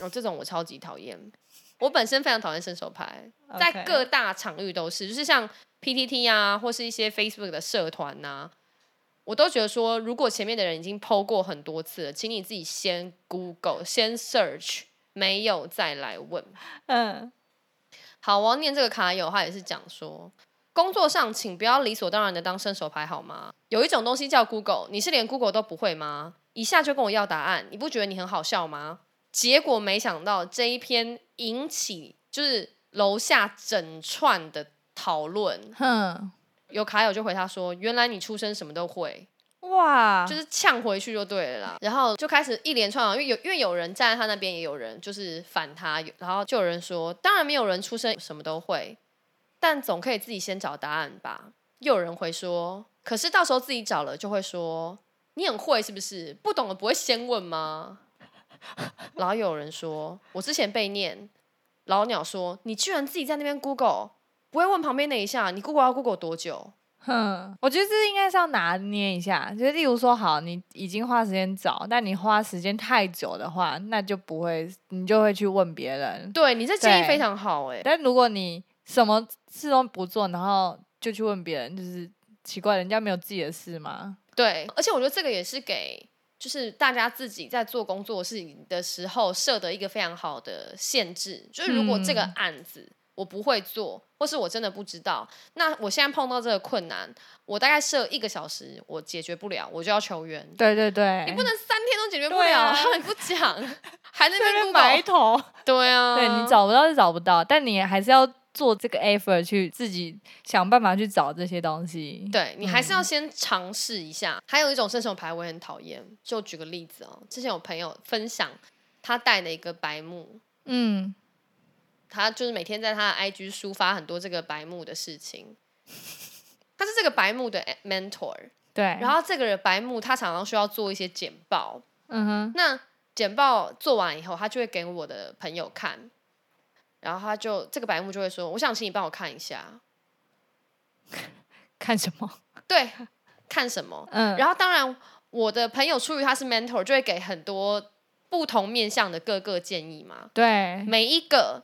Speaker 1: 哦，这种我超级讨厌。我本身非常讨厌伸手牌，在
Speaker 2: OK
Speaker 1: 各大场域都是，就是像 PTT 啊，或是一些 Facebook 的社团呐、我都觉得说，如果前面的人已经 PO 过很多次了，请你自己先 Google，先 search，没有再来问。
Speaker 2: 嗯，
Speaker 1: 好，我要念这个卡友，他也是讲说，工作上请不要理所当然的当伸手牌好吗？有一种东西叫 Google，你是连 Google 都不会吗？一下就跟我要答案，你不觉得你很好笑吗？结果没想到这一篇引起就是楼下整串的讨论，
Speaker 2: 哼，
Speaker 1: 有卡友就回他说，原来你出生什么都会，
Speaker 2: 哇，
Speaker 1: 就是呛回去就对了啦。然后就开始一连串啊，因为有因为有人站在他那边，也有人就是反他，有然后就有人说，当然没有人出生什么都会，但总可以自己先找答案吧。又有人回说，可是到时候自己找了就会说，你很会是不是？不懂的不会先问吗？然后又有人说，我之前被念，老鸟说你居然自己在那边 Google，不会问旁边那一下，你 Google 要 Google 多久？
Speaker 2: 哼，我觉得这应该是要拿捏一下，就是例如说，好，你已经花时间找，但你花时间太久的话，那就不会，你就会去问别人。
Speaker 1: 对你这建议
Speaker 2: 对
Speaker 1: 非常好哎、
Speaker 2: 但如果你什么事都不做，然后就去问别人，就是奇怪，人家没有自己的事吗？
Speaker 1: 对，而且我觉得这个也是给就是大家自己在做工作事情的时候设的一个非常好的限制，就是如果这个
Speaker 2: 嗯
Speaker 1: 案子我不会做，或是我真的不知道，那我现在碰到这个困难，我大概设一个小时，我解决不了，我就要求援。
Speaker 2: 对对对，
Speaker 1: 你不能三天都解决不
Speaker 2: 对
Speaker 1: 了，
Speaker 2: 啊
Speaker 1: 你不讲，还在
Speaker 2: 在那
Speaker 1: 那
Speaker 2: 边
Speaker 1: 边
Speaker 2: 埋
Speaker 1: Google，
Speaker 2: 头，
Speaker 1: 对啊，
Speaker 2: 对你找不到是找不到，但你还是要做这个 effort 去自己想办法去找这些东西。
Speaker 1: 对你还是要
Speaker 2: 嗯
Speaker 1: 先尝试一下。还有一种伸手牌我也很讨厌，就举个例子哦，之前有朋友分享他戴了一个白木，
Speaker 2: 嗯，
Speaker 1: 他就是每天在他的 IG 抒发很多这个白木的事情。 他是这个白木的 mentor，
Speaker 2: 对，
Speaker 1: 然后这个人白木他常常需要做一些简报，
Speaker 2: 嗯哼，
Speaker 1: 那简报做完以后，他就会给我的朋友看，然后他就这个白木就会说：“我想请你帮我看一下。
Speaker 2: 看什么？”
Speaker 1: 对，看什么？
Speaker 2: 嗯，
Speaker 1: 然后当然，我的朋友出于他是 mentor，就会给很多不同面向的各个建议嘛，
Speaker 2: 对，
Speaker 1: 每一个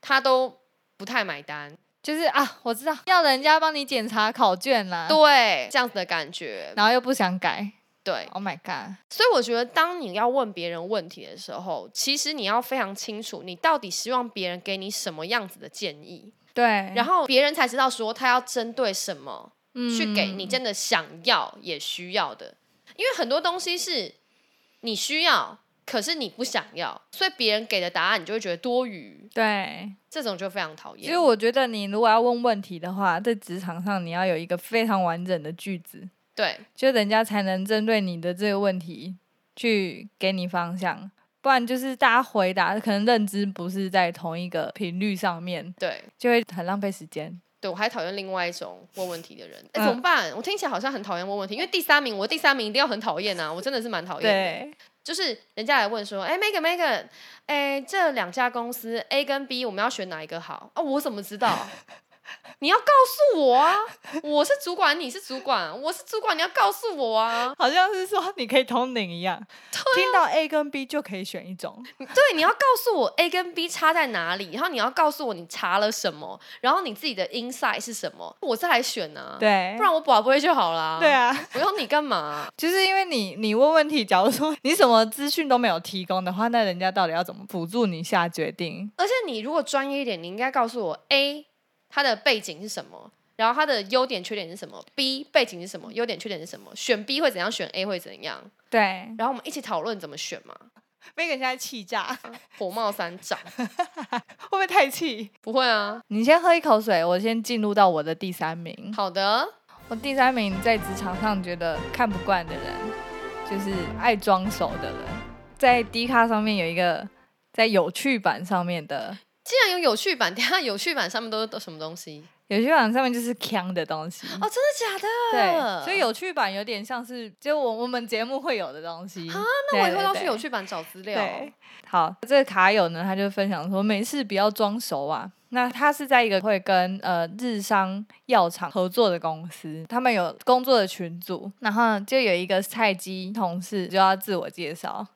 Speaker 1: 他都不太买单。
Speaker 2: 就是啊，我知道要人家帮你检查考卷啦，
Speaker 1: 对，这样子的感觉，
Speaker 2: 然后又不想改。
Speaker 1: 对。
Speaker 2: Oh my god！
Speaker 1: 所以我觉得，当你要问别人问题的时候，其实你要非常清楚，你到底希望别人给你什么样子的建议，
Speaker 2: 对，
Speaker 1: 然后别人才知道说他要针对什么去给你
Speaker 2: 嗯
Speaker 1: 真的想要也需要的。因为很多东西是你需要，可是你不想要，所以别人给的答案你就会觉得多余，
Speaker 2: 对，
Speaker 1: 这种就非常讨
Speaker 2: 其
Speaker 1: 厌
Speaker 2: 实。我觉得你如果要问问题的话，在职场上你要有一个非常完整的句子，
Speaker 1: 对
Speaker 2: 就人家才能针对你的这个问题去给你方向，不然就是大家回答可能认知不是在同一个频率上面，
Speaker 1: 对
Speaker 2: 就会很浪费时间。
Speaker 1: 对，我还讨厌另外一种问问题的人。
Speaker 2: 嗯
Speaker 1: 哎、怎么办？我听起来好像很讨厌问问题，因为第三名，我第三名一定要很讨厌啊！我真的是蛮讨厌的。
Speaker 2: 对，
Speaker 1: 就是人家来问说，哎、m e g a n Megan，哎、这两家公司 A 跟 B，我们要选哪一个好？啊，我怎么知道？你要告诉我啊！我是主管，你是主管，我是主管，你要告诉我啊！
Speaker 2: 好像是说你可以通灵一样，听到 A 跟 B 就可以选一种。
Speaker 1: 对，你要告诉我 A 跟 B 差在哪里，然后你要告诉我你查了什么，然后你自己的 insight 是什么，我再来选啊。，
Speaker 2: 对，
Speaker 1: 不然我宝贝就好啦。
Speaker 2: 对，啊，
Speaker 1: 我要你干嘛、啊
Speaker 2: 就是因为你你问问题，假如说你什么资讯都没有提供的话，那人家到底要怎么辅助你下决定？
Speaker 1: 而且你如果专业一点，你应该告诉我 A 它的背景是什么，然后它的优点缺点是什么，B 背景是什么，优点缺点是什么，选 B 会怎样，选 A 会怎样，
Speaker 2: 对，
Speaker 1: 然后我们一起讨论怎么选嘛。
Speaker 2: 那个人现在气炸， 会
Speaker 1: 火冒三丈，
Speaker 2: 不会太气？
Speaker 1: 不会啊。
Speaker 2: 你先喝一口水，我先进入到我的第三名。
Speaker 1: 好的，
Speaker 2: 我第三名在职场上觉得看不惯的人，就是爱装熟的人。在 D 卡上面有一个在有趣版上面的
Speaker 1: 竟然有有趣版， 等一下有趣版上面都是都什么东西？
Speaker 2: 有趣版上面就是强的东西。
Speaker 1: 哦，真的假的？
Speaker 2: 对，所以有趣版有点像是就我我们节目会有的东西
Speaker 1: 啊那我以后要去有
Speaker 2: 趣。
Speaker 1: 趣版找资料。
Speaker 2: 对，好，这个卡友呢，他就分享说，没事不要装熟啊。那他是在一个会跟呃日商药厂合作的公司，他们有工作的群组，然后就有一个菜鸡同事就要自我介绍，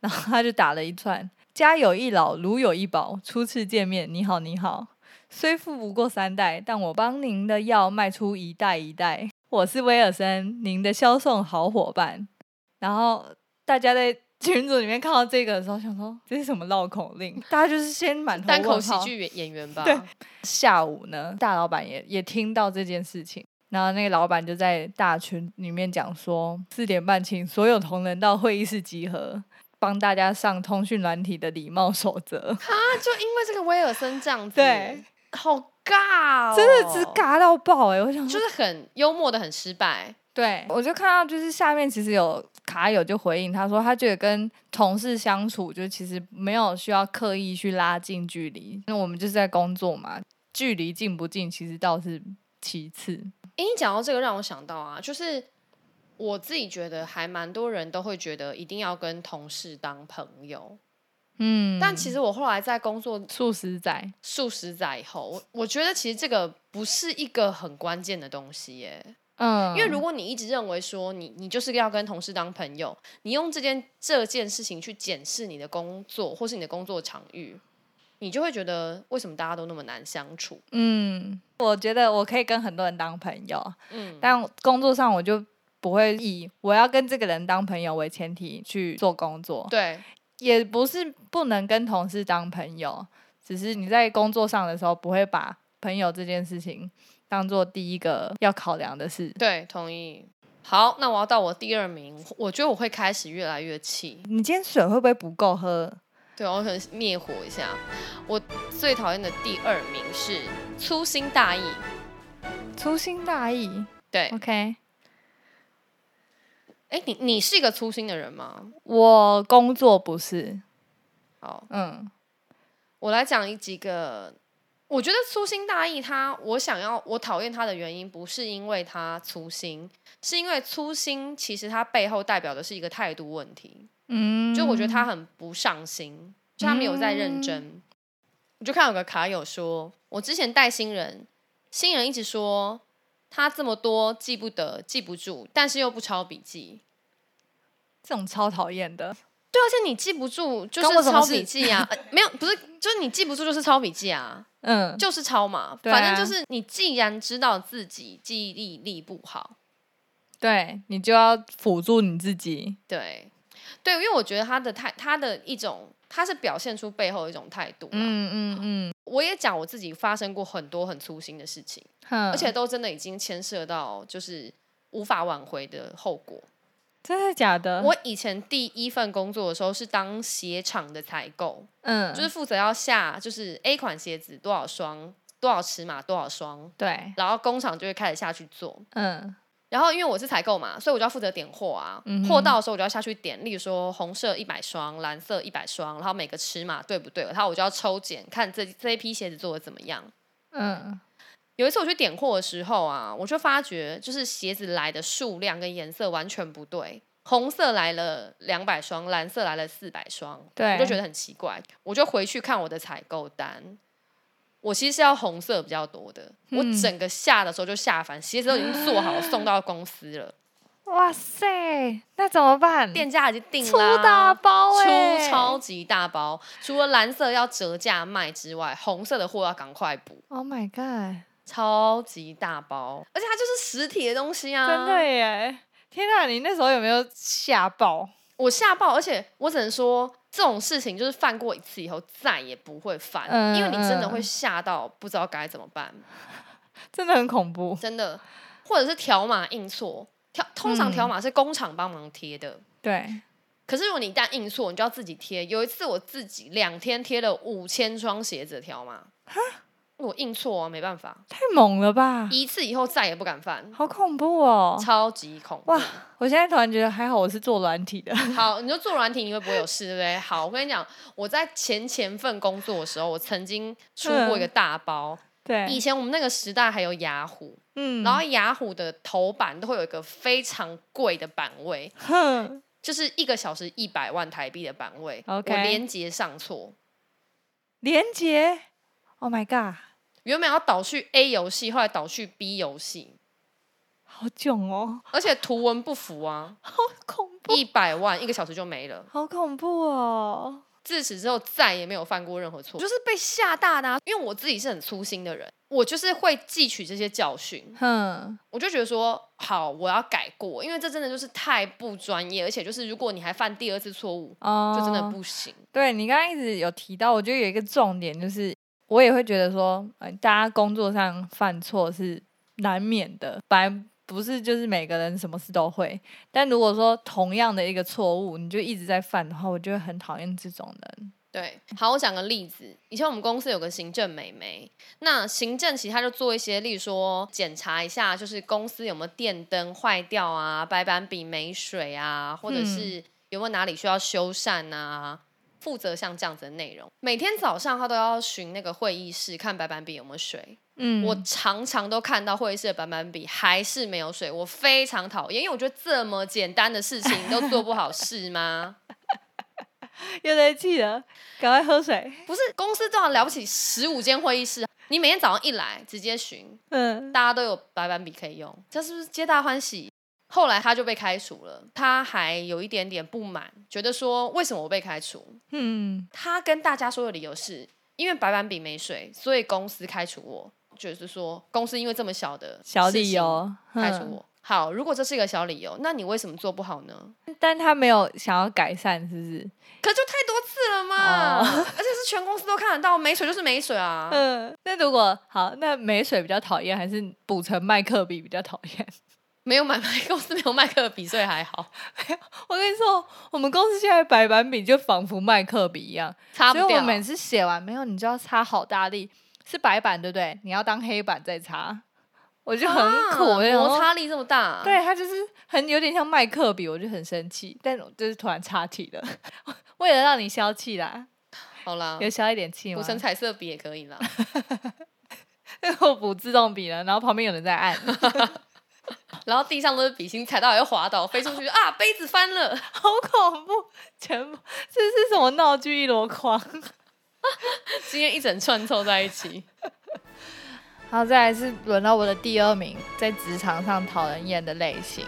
Speaker 2: 然后他就打了一串：家有一老，如有一宝，初次见面，你好，你好。虽富不过三代，但我帮您的药卖出一代一代。我是威尔森，您的销售好伙伴。然后大家在群组里面看到这个的时候，想说这是什么绕口令？大家就是先满头
Speaker 1: 单口
Speaker 2: 问
Speaker 1: 喜
Speaker 2: 号
Speaker 1: 剧演演员吧。
Speaker 2: 对下午呢，大老板也也听到这件事情，然后那个老板就在大群里面讲说，四点半请所有同仁到会议室集合，帮大家上通讯软体的礼貌守则。
Speaker 1: 啊，就因为这个威尔森这样子，
Speaker 2: 对，
Speaker 1: 好尬、哦，
Speaker 2: 真的是，尬到爆哎、我想
Speaker 1: 就
Speaker 2: 说，
Speaker 1: 是很幽默的，很失败。
Speaker 2: 对我就看到就是下面其实有卡友就回应他说，他觉得跟同事相处就其实没有需要刻意去拉近距离，那我们就是在工作嘛，距离近不近其实倒是其次。
Speaker 1: 诶，你讲到这个，让我想到啊，就是我自己觉得还蛮多人都会觉得一定要跟同事当朋友，
Speaker 2: 嗯，
Speaker 1: 但其实我后来在工作
Speaker 2: 素食仔，
Speaker 1: 数十载以后，我我觉得其实这个不是一个很关键的东西耶，
Speaker 2: 嗯，
Speaker 1: 因为如果你一直认为说你你就是要跟同事当朋友，你用这件这件事情去检视你的工作或是你的工作场域，你就会觉得为什么大家都那么难相处？
Speaker 2: 嗯，我觉得我可以跟很多人当朋友，
Speaker 1: 嗯，
Speaker 2: 但工作上我就不会以我要跟这个人当朋友为前提去做工作，
Speaker 1: 对，
Speaker 2: 也不是不能跟同事当朋友，只是你在工作上的时候不会把朋友这件事情当做第一个要考量的事。
Speaker 1: 对，同意。好，那我要到我第二名，我觉得我会开始越来越气，
Speaker 2: 你今天水会不会不够喝？
Speaker 1: 对我可能灭火一下。我最讨厌的第二名是粗心大意，
Speaker 2: 粗心大意
Speaker 1: 对，
Speaker 2: ，OK。
Speaker 1: 哎，你你是一个粗心的人吗？
Speaker 2: 我工作不是，
Speaker 1: 好，
Speaker 2: 嗯
Speaker 1: 我来讲一几个，我觉得粗心大意他，我想要我讨厌他的原因，不是因为他粗心，是因为粗心其实他背后代表的是一个态度问题。
Speaker 2: 嗯，
Speaker 1: 就我觉得他很不上心，就他没有在认真。我就看有个卡友说，我之前带新人，新人一直说他这么多记不得、记不住，但是又不抄笔记。
Speaker 2: 这种超讨厌的，
Speaker 1: 对啊，而且你记不住就
Speaker 2: 关我
Speaker 1: 是
Speaker 2: 什么
Speaker 1: 抄
Speaker 2: 事
Speaker 1: 笔记 啊，呃没有不是，就是你记不住就是抄笔记啊。
Speaker 2: 嗯，
Speaker 1: 就是抄嘛，
Speaker 2: 对啊
Speaker 1: 反正就是你既然知道自己记忆力力不好，
Speaker 2: 对你就要辅助你自己。
Speaker 1: 对对，因为我觉得他的态，他的一种，他是表现出背后的一种态度啦。
Speaker 2: 嗯嗯
Speaker 1: 我也讲我自己发生过很多很粗心的事情，
Speaker 2: 嗯
Speaker 1: 而且都真的已经牵涉到就是无法挽回的后果。
Speaker 2: 真的假的？
Speaker 1: 我以前第一份工作的时候是当鞋厂的采购，
Speaker 2: 嗯
Speaker 1: 就是负责要下就是 A 款鞋子多少双、多少尺码、多少双，
Speaker 2: 对，
Speaker 1: 然后工厂就会开始下去做。
Speaker 2: 嗯
Speaker 1: 然后因为我是采购嘛，所以我就要负责点货啊。
Speaker 2: 嗯哼
Speaker 1: 货到的时候，我就要下去点，例如说红色一百双，蓝色一百双，然后每个尺码对不对，然后我就要抽检看这这一批鞋子做的怎么样。
Speaker 2: 嗯
Speaker 1: 有一次我去点货的时候啊，我就发觉就是鞋子来的数量跟颜色完全不对，红色来了两百双，蓝色来了四百双，
Speaker 2: 对
Speaker 1: 我就觉得很奇怪，我就回去看我的采购单。我其实是要红色比较多的，
Speaker 2: 嗯
Speaker 1: 我整个下的时候就下凡，鞋子都已经做好送到公司了，
Speaker 2: 哇塞，那怎么办？
Speaker 1: 店家已经定
Speaker 2: 出
Speaker 1: 啦，
Speaker 2: 嗯大包哎、
Speaker 1: 出超级大包。除了蓝色要折价卖之外，红色的货要赶快补，
Speaker 2: ！Oh my god！、
Speaker 1: 超级大包，而且它就是实体的东西啊，
Speaker 2: 真的耶！天哪，你那时候有没有吓爆？
Speaker 1: 我吓爆，而且我只能说这种事情就是犯过一次以后再也不会犯，
Speaker 2: 嗯
Speaker 1: 因为你真的
Speaker 2: 嗯
Speaker 1: 会吓到不知道该怎么办，
Speaker 2: 真的很恐怖。
Speaker 1: 真的，或者是条码印错，条通常
Speaker 2: 嗯
Speaker 1: 条码是工厂帮忙贴的。
Speaker 2: 对，
Speaker 1: 可是如果你一旦印错，你就要自己贴。有一次我自己两天贴了五千双鞋子的条码，我印错啊，没办法，
Speaker 2: 太猛了吧，
Speaker 1: 一次以后再也不敢犯，
Speaker 2: 好恐怖哦！
Speaker 1: 超级恐怖。
Speaker 2: 哇，我现在突然觉得还好，我是做软 体的，
Speaker 1: 好，你就做软体，你会不会有事，对不对？好，我跟你讲，我在前前份工作的时候，我曾经出过一个大包。以
Speaker 2: 嗯对，
Speaker 1: 前我们那个时代还有雅虎，
Speaker 2: 嗯，
Speaker 1: 然后雅虎的头版都会有一个非常贵的版位，
Speaker 2: 哼，
Speaker 1: 就是一个小时一百万台币的版位。
Speaker 2: OK
Speaker 1: 我连接上错，
Speaker 2: 连接，Oh my god，
Speaker 1: 原本要导去 A 游戏，后来导去 B 游戏，
Speaker 2: 好囧哦，
Speaker 1: 而且图文不符 啊，
Speaker 2: 好恐怖，
Speaker 1: 一百万一个小时就没了。
Speaker 2: 好恐怖哦，
Speaker 1: 自此之后再也没有犯过任何错，就是被吓大的、啊。因为我自己是很粗心的人，我就是会汲取这些教训，
Speaker 2: 哼，
Speaker 1: 我就觉得说好，我要改过，因为这真的就是太不专业，而且就是如果你还犯第二次错误，
Speaker 2: 哦，
Speaker 1: 就真的不行。
Speaker 2: 对你刚刚一直有提到，我觉得有一个重点就是，我也会觉得说，呃，大家工作上犯错是难免的，反正不是就是每个人什么事都会。但如果说同样的一个错误，你就一直在犯的话，我就会很讨厌这种人。
Speaker 1: 对，好，我讲个例子。以前我们公司有个行政美眉，那行政其实她就做一些，例如说检查一下，就是公司有没有电灯坏掉啊，白板笔没水啊，或者是有没有哪里需要修缮啊，负责像这样子的内容。每天早上她都要巡那个会议室，看白板笔有没有水。
Speaker 2: 嗯，
Speaker 1: 我常常都看到会议室的白板笔还是没有水，我非常讨厌，因为我觉得这么简单的事情你都做不好，是吗？
Speaker 2: 又在气了，赶快喝水。
Speaker 1: 不是公司这样了不起，十五间会议室，你每天早上一来直接巡，
Speaker 2: 嗯，
Speaker 1: 大家都有白板笔可以用，这是不是皆大欢喜？后来他就被开除了，他还有一点点不满，觉得说为什么我被开除？
Speaker 2: 嗯，
Speaker 1: 他跟大家说的理由是因为白板笔没水，所以公司开除我，就是说公司因为这么小的
Speaker 2: 小
Speaker 1: 事情
Speaker 2: 理由
Speaker 1: 开
Speaker 2: 嗯
Speaker 1: 除
Speaker 2: 哦
Speaker 1: 我。好，如果这是一个小理由，那你为什么做 不好呢？
Speaker 2: 但他没有想要改善，是不是？
Speaker 1: 可就太多次了嘛，
Speaker 2: 哦
Speaker 1: 而且是全公司都看得到，没水就是没水啊。
Speaker 2: 嗯，那如果好，那没水比较讨厌，还是补成麦克笔比较讨厌？
Speaker 1: 没有买麦，公司没有麦克笔，所以还 好，
Speaker 2: 我跟你说，我们公司现在白板笔就仿佛麦克笔一样，
Speaker 1: 擦
Speaker 2: 所以
Speaker 1: 不
Speaker 2: 我
Speaker 1: 掉。
Speaker 2: 每次写完没有，你就要擦好大力，是白板对不对？你要当黑板再擦，我就很苦，
Speaker 1: 啊
Speaker 2: 我就想
Speaker 1: 摩
Speaker 2: 说
Speaker 1: 擦力这么大，，
Speaker 2: 对它就是很有点像麦克笔，我就很生气，但我就是突然岔题了， 为了让你消气啦，
Speaker 1: 好啦，
Speaker 2: 有消一点气吗
Speaker 1: 补？成彩色笔也可以啦。
Speaker 2: 我补自动笔了，然后旁边有人在 按，
Speaker 1: 然后地上都是笔芯，踩到还会滑倒，飞出 去啊，杯子翻了。
Speaker 2: 好恐怖，全部这是什么闹剧一箩筐？
Speaker 1: 今天一整串凑在一起，
Speaker 2: 好，再来是轮到我的第二名，在职场上讨人厌的类型，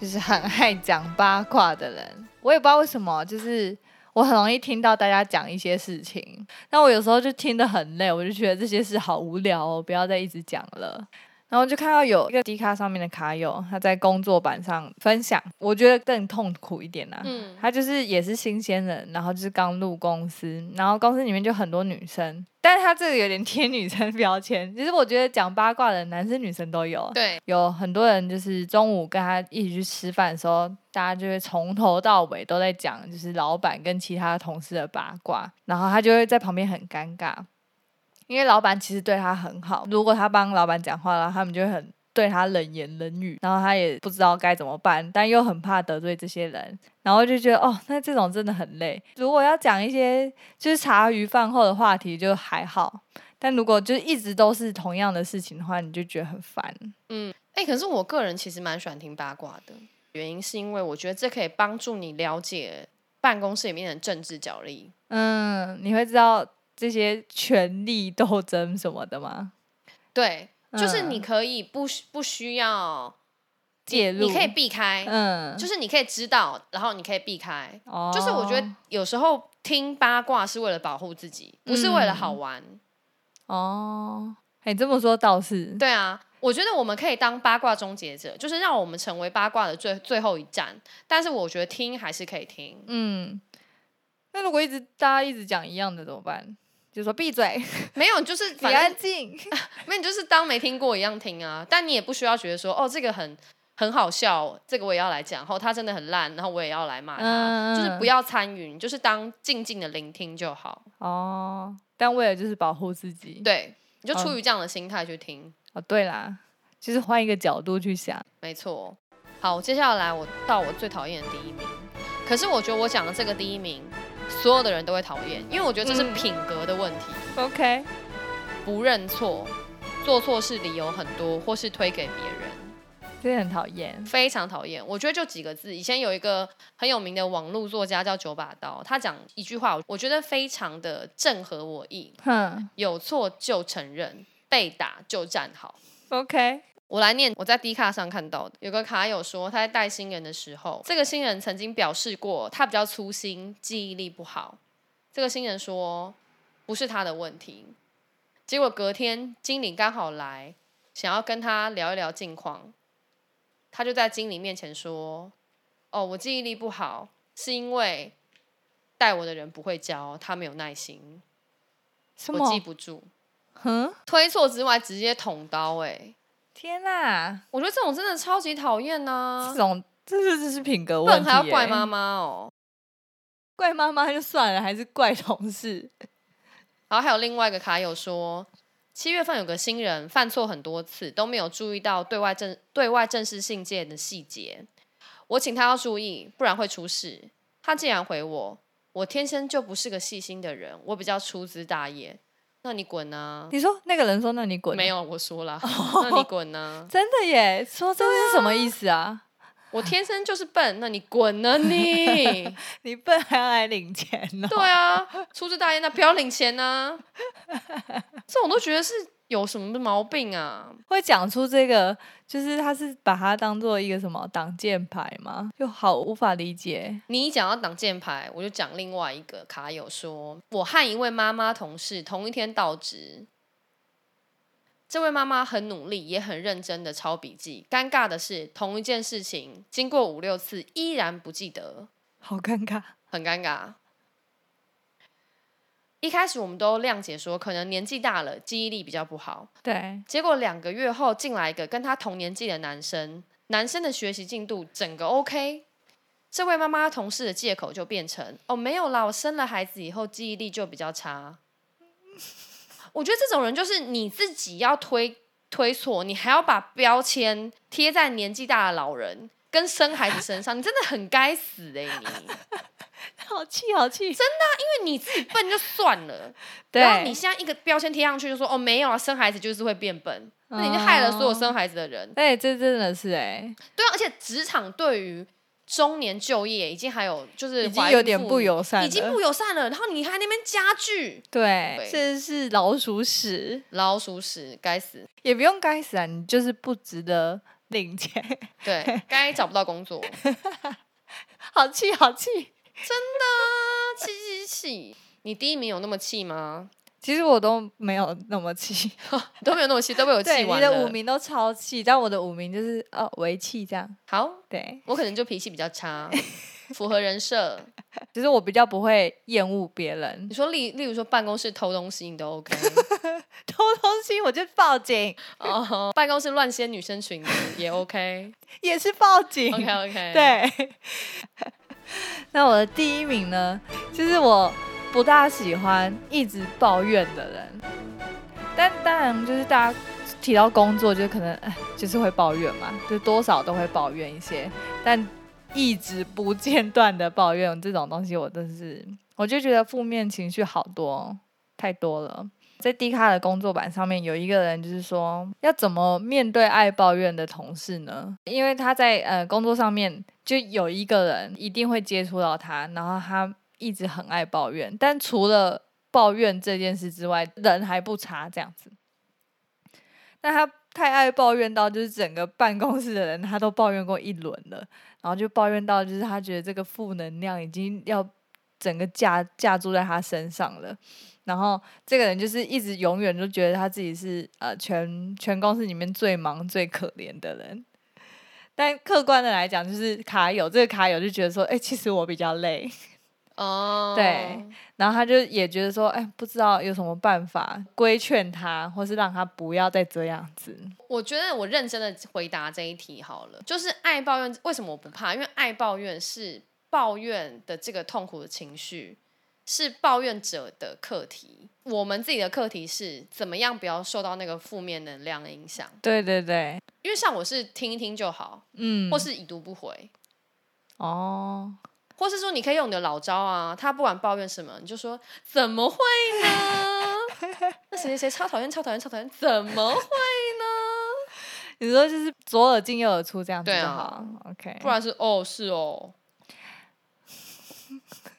Speaker 2: 就是很爱讲八卦的人。我也不知道为什么，就是我很容易听到大家讲一些事情，但我有时候就听得很累，我就觉得这些事好无聊哦，不要再一直讲了。然后就看到有一个 D 卡上面的卡友，他在工作版上分享，我觉得更痛苦一点啦、 啊
Speaker 1: 嗯
Speaker 2: 他就是也是新鲜人，然后就是刚入公司，然后公司里面就很多女生，但是他这个有点贴女生标签。其实我觉得讲八卦的男生女生都有，
Speaker 1: 对，
Speaker 2: 有很多人就是中午跟他一起去吃饭的时候，大家就会从头到尾都在讲就是老板跟其他同事的八卦，然后他就会在旁边很尴尬，因为老板其实对他很好，如果他帮老板讲话了，他们就会很。对他冷言冷语，然后他也不知道该怎么办，但又很怕得罪这些人，然后就觉得哦，那这种真的很累。如果要讲一些就是茶余饭后的话题就还好，但如果就一直都是同样的事情的话，你就觉得很烦。
Speaker 1: 哎、可是我个人其实蛮喜欢听八卦的，原因是因为我觉得这可以帮助你了解办公室里面的政治角力。
Speaker 2: 嗯，你会知道这些权力斗争什么的吗？
Speaker 1: 对，就是你
Speaker 2: 嗯
Speaker 1: 可以不需不需要
Speaker 2: 介入，
Speaker 1: 你可以避开，
Speaker 2: 嗯，
Speaker 1: 就是你可以知道，然后你可以避开。
Speaker 2: 哦
Speaker 1: 就是我觉得有时候听八卦是为了保护自己，不是为了好玩。
Speaker 2: 哦，哎，这么说倒是，
Speaker 1: 对啊，我觉得我们可以当八卦终结者，就是让我们成为八卦的最最后一站。但是我觉得听还是可以听，
Speaker 2: 嗯，那如果一直大家一直讲一样的怎么办？就说闭 嘴，
Speaker 1: 没有就是
Speaker 2: 你
Speaker 1: 反
Speaker 2: 安
Speaker 1: 正
Speaker 2: 静。
Speaker 1: 没有你就是当没听过一样听啊。但你也不需要觉得说哦这个很很好笑，这个我也要来讲，然后他真的很烂，然后我也要来骂他，
Speaker 2: 嗯嗯
Speaker 1: 就是不要参与，你就是当静静的聆听就好。
Speaker 2: 哦，但为了就是保护自己，
Speaker 1: 对，你就出于这样的心态去听，
Speaker 2: 哦，对啦，就是换一个角度去想。
Speaker 1: 没错。好，接下来我到我最讨厌的第一名，可是我觉得我讲的这个第一名，所有的人都会讨厌，因为我觉得这是
Speaker 2: 嗯
Speaker 1: 品格的问题，
Speaker 2: OK，
Speaker 1: 不认错，做错事理由很多，或是推给别人。
Speaker 2: 这很讨厌。
Speaker 1: 非常讨厌。我觉得就几个字，以前有一个很有名的网络作家叫九把刀，他讲一句话，我觉得非常的正合我意：
Speaker 2: 哼
Speaker 1: 有错就承认，被打就站好。
Speaker 2: ，OK，
Speaker 1: 我来念我在 D 卡上看到的，有个卡友说他在带新人的时候，这个新人曾经表示过他比较粗心，记忆力不好。这个新人说不是他的问题，结果隔天经理刚好来，想要跟他聊一聊近况，他就在经理面前说：“哦，我记忆力不好，是因为带我的人不会教，他没有耐心，
Speaker 2: 什
Speaker 1: 我记
Speaker 2: 么？
Speaker 1: 不住。
Speaker 2: 哼，”
Speaker 1: 推错之外，直接捅刀、哎，
Speaker 2: 天哪，
Speaker 1: 我觉得这种真的超级讨厌啊呐！
Speaker 2: 这种这是这是品格
Speaker 1: 不然
Speaker 2: 问题、
Speaker 1: 还要怪妈
Speaker 2: 妈？
Speaker 1: 妈哦。
Speaker 2: 怪妈妈就算了，还是怪同事？
Speaker 1: 然后还有另外一个卡友说，七月份有个新人犯错很多次，都没有注意到对外正对外正式信件的细节。我请他要注意，不然会出事。他竟然回我：“我天生就不是个细心的人，我比较粗枝大叶。”那你滚啊！
Speaker 2: 你说那个人说，那你滚。啊
Speaker 1: 没有，我 说了，那你滚啊！
Speaker 2: 真的耶，说这是什么意思啊？
Speaker 1: 我天生就是笨，那你滚啊你！
Speaker 2: 你笨还要来领钱哦呢、
Speaker 1: 对啊，粗枝大叶那不要领钱呐、这种都觉得是有什么毛病啊？
Speaker 2: 会讲出这个，就是他是把它当做一个什么挡箭牌吗？就好无法理解。
Speaker 1: 你一讲到挡箭牌，我就讲另外一个卡友说，我和一位妈妈同事同一天到职。这位妈妈很努力，也很认真的抄笔记。尴尬的是，同一件事情经过五六次，依然不记得。
Speaker 2: 好尴尬，
Speaker 1: 很尴尬。一开始我们都谅解说，可能年纪大了，记忆力比较不好。
Speaker 2: 对，
Speaker 1: 结果两个月后进来一个跟他同年纪的男生，男生的学习进度整个 OK。这位妈妈同事的借口就变成哦，没有啦，我生了孩子以后记忆力就比较差。 我觉得这种人就是你自己要推推错，你还要把标签贴在年纪大的老人跟生孩子身上，你真的很该死哎、你！
Speaker 2: 好气好气，真
Speaker 1: 你自己笨就算了，然后
Speaker 2: 对
Speaker 1: 你，现在一个标签贴上去就说哦没有啊，生孩子就是会变笨，那你就害了所有生孩子的人。
Speaker 2: 哎、这真的是哎、
Speaker 1: 对啊，而且职场对于中年就业已经还有就是
Speaker 2: 已经
Speaker 1: 怀孕
Speaker 2: 有点
Speaker 1: 妇女
Speaker 2: 不友善了，
Speaker 1: 已经不友善了，然后你还那边加剧
Speaker 2: 对
Speaker 1: 对，
Speaker 2: 这是老鼠屎，
Speaker 1: 老鼠屎，该死，
Speaker 2: 也不用该死啊，你就是不值得领钱，
Speaker 1: 对，该找不到工作，真的
Speaker 2: 好气好气。
Speaker 1: 啊气气气！你第一名有那么气吗？
Speaker 2: 其实我都没有那么 气，
Speaker 1: 你都没有那么气，都被我气
Speaker 2: 对，你
Speaker 1: 完
Speaker 2: 的五
Speaker 1: 了。
Speaker 2: 名都超气，但我的五名就是哦为气这样，
Speaker 1: 好，
Speaker 2: 对。
Speaker 1: 我可能就脾气比较差，符合人设。
Speaker 2: 其实我比较不会厌恶别人
Speaker 1: 你说例例如说办公室偷东西，你都 OK。
Speaker 2: 偷东西，我就报警，
Speaker 1: 哦，办公室乱掀女生裙子也 OK，OK
Speaker 2: 也是报警。
Speaker 1: OK，
Speaker 2: 对。 那我的第一名呢，就是我不大喜欢一直抱怨的人。但当然，就是大家提到工作，就可能哎，就是会抱怨嘛，就多少都会抱怨一些。但一直不间断的抱怨这种东西，我真是我就觉得负面情绪好多，太多了。在 D 卡的工作板上面有一个人，就是说要怎么面对爱抱怨的同事呢？因为他在呃工作上面就有一个人一定会接触到他，然后他一直很爱抱怨，但除了抱怨这件事之外，人还不差这样子。但他太爱抱怨到，就是整个办公室的人他都抱怨过一轮了，然后就抱怨到，就是他觉得这个负能量已经要整个架架住在他身上了。然后这个人就是一直永远都觉得他自己是呃全全公司里面最忙最可怜的人。但客观的来讲，就是卡友这个卡友就觉得说，哎、其实我比较累，
Speaker 1: 哦，
Speaker 2: 对，然后他就也觉得说，哎、不知道有什么办法规劝他，或是让他不要再这样子。
Speaker 1: 我觉得我认真的回答这一题好了，就是爱抱怨，为什么我不怕？因为爱抱怨是抱怨的这个痛苦的情绪是抱怨者的课题。我们自己的课题是怎么样不要受到那个负面能量的影响，
Speaker 2: 对对对，
Speaker 1: 因为像我是听一听就好，
Speaker 2: 嗯，
Speaker 1: 或是已读不回，
Speaker 2: 哦，
Speaker 1: 或是说你可以用你的老招啊，他不管抱怨什么，你就说怎么会呢？ 那谁谁谁超讨厌，超讨厌，超讨厌，怎么会呢？
Speaker 2: 你说就是左耳进右耳出这样子
Speaker 1: 对
Speaker 2: 就
Speaker 1: 啊
Speaker 2: 好，OK，
Speaker 1: 不然是哦是哦，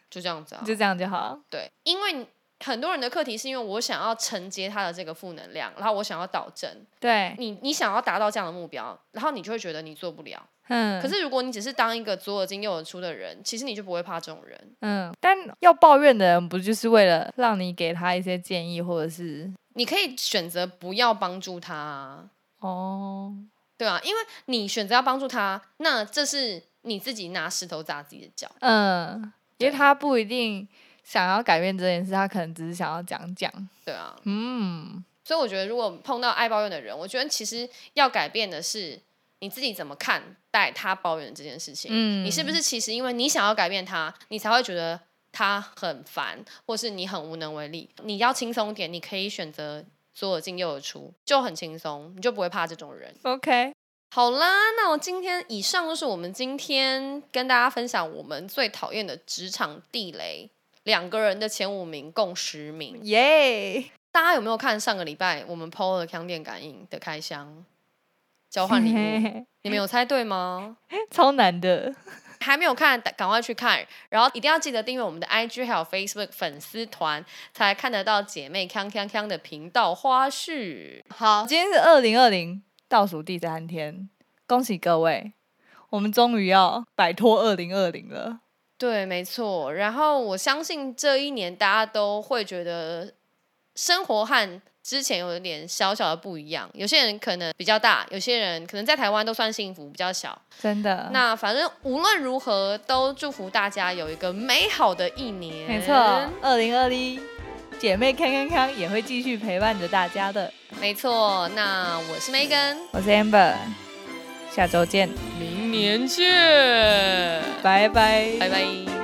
Speaker 1: 就这样子啊，
Speaker 2: 就这样就好，
Speaker 1: 对，因为很多人的课题是因为我想要承接他的这个负能量，然后我想要导正
Speaker 2: 对，
Speaker 1: 你，你想要达到这样的目标，然后你就会觉得你做不了。
Speaker 2: 嗯，
Speaker 1: 可是如果你只是当一个左耳进右耳出的人，其实你就不会怕这种人，
Speaker 2: 嗯，但要抱怨的人不就是为了让你给他一些建议，或者是
Speaker 1: 你可以选择不要帮助他、啊，
Speaker 2: 哦，
Speaker 1: 对啊，因为你选择要帮助他，那这是你自己拿石头砸自己的脚。
Speaker 2: 嗯，因为
Speaker 1: 对
Speaker 2: 他不一定想要改变这件事，他可能只是想要讲讲，
Speaker 1: 对啊，
Speaker 2: 嗯，
Speaker 1: 所以我觉得如果碰到爱抱怨的人，我觉得其实要改变的是你自己怎么看待他抱怨这件事情。
Speaker 2: 嗯
Speaker 1: 你是不是其实因为你想要改变他，你才会觉得他很烦，或是你很无能为力？你要轻松点，你可以选择左耳进右耳出，就很轻松，你就不会怕这种人。
Speaker 2: OK，
Speaker 1: 好啦，那我今天以上就是我们今天跟大家分享我们最讨厌的职场地雷，两个人的前五名共十名。
Speaker 2: 耶、
Speaker 1: 大家有没有看上个礼拜我们 PO 了康电感应的开箱 交换礼 物？你们有猜对吗？
Speaker 2: 超难的，
Speaker 1: 还没有看，赶快去看，然后一定要记得订阅我们的 IG 还有 Facebook 粉丝团，才看得到姐妹康康康的频道花絮。好，
Speaker 2: 今天是二零二零倒数第三天，恭喜各位，我们终于要摆脱二零二零了，
Speaker 1: 对，没错。然后我相信这一年大家都会觉得生活和之前有一点小小的不一样，有些人可能比较大，有些人可能在台湾都算幸福，比较小。
Speaker 2: 真的，
Speaker 1: 那反正无论如何，都祝福大家有一个美好的一年。
Speaker 2: 没错，二零二一。姐妹康康康也会继续陪伴着大家的。
Speaker 1: 没错。那我是 Megan，
Speaker 2: 我是 Amber，下周见，
Speaker 1: 明年见，
Speaker 2: 拜拜，
Speaker 1: 拜拜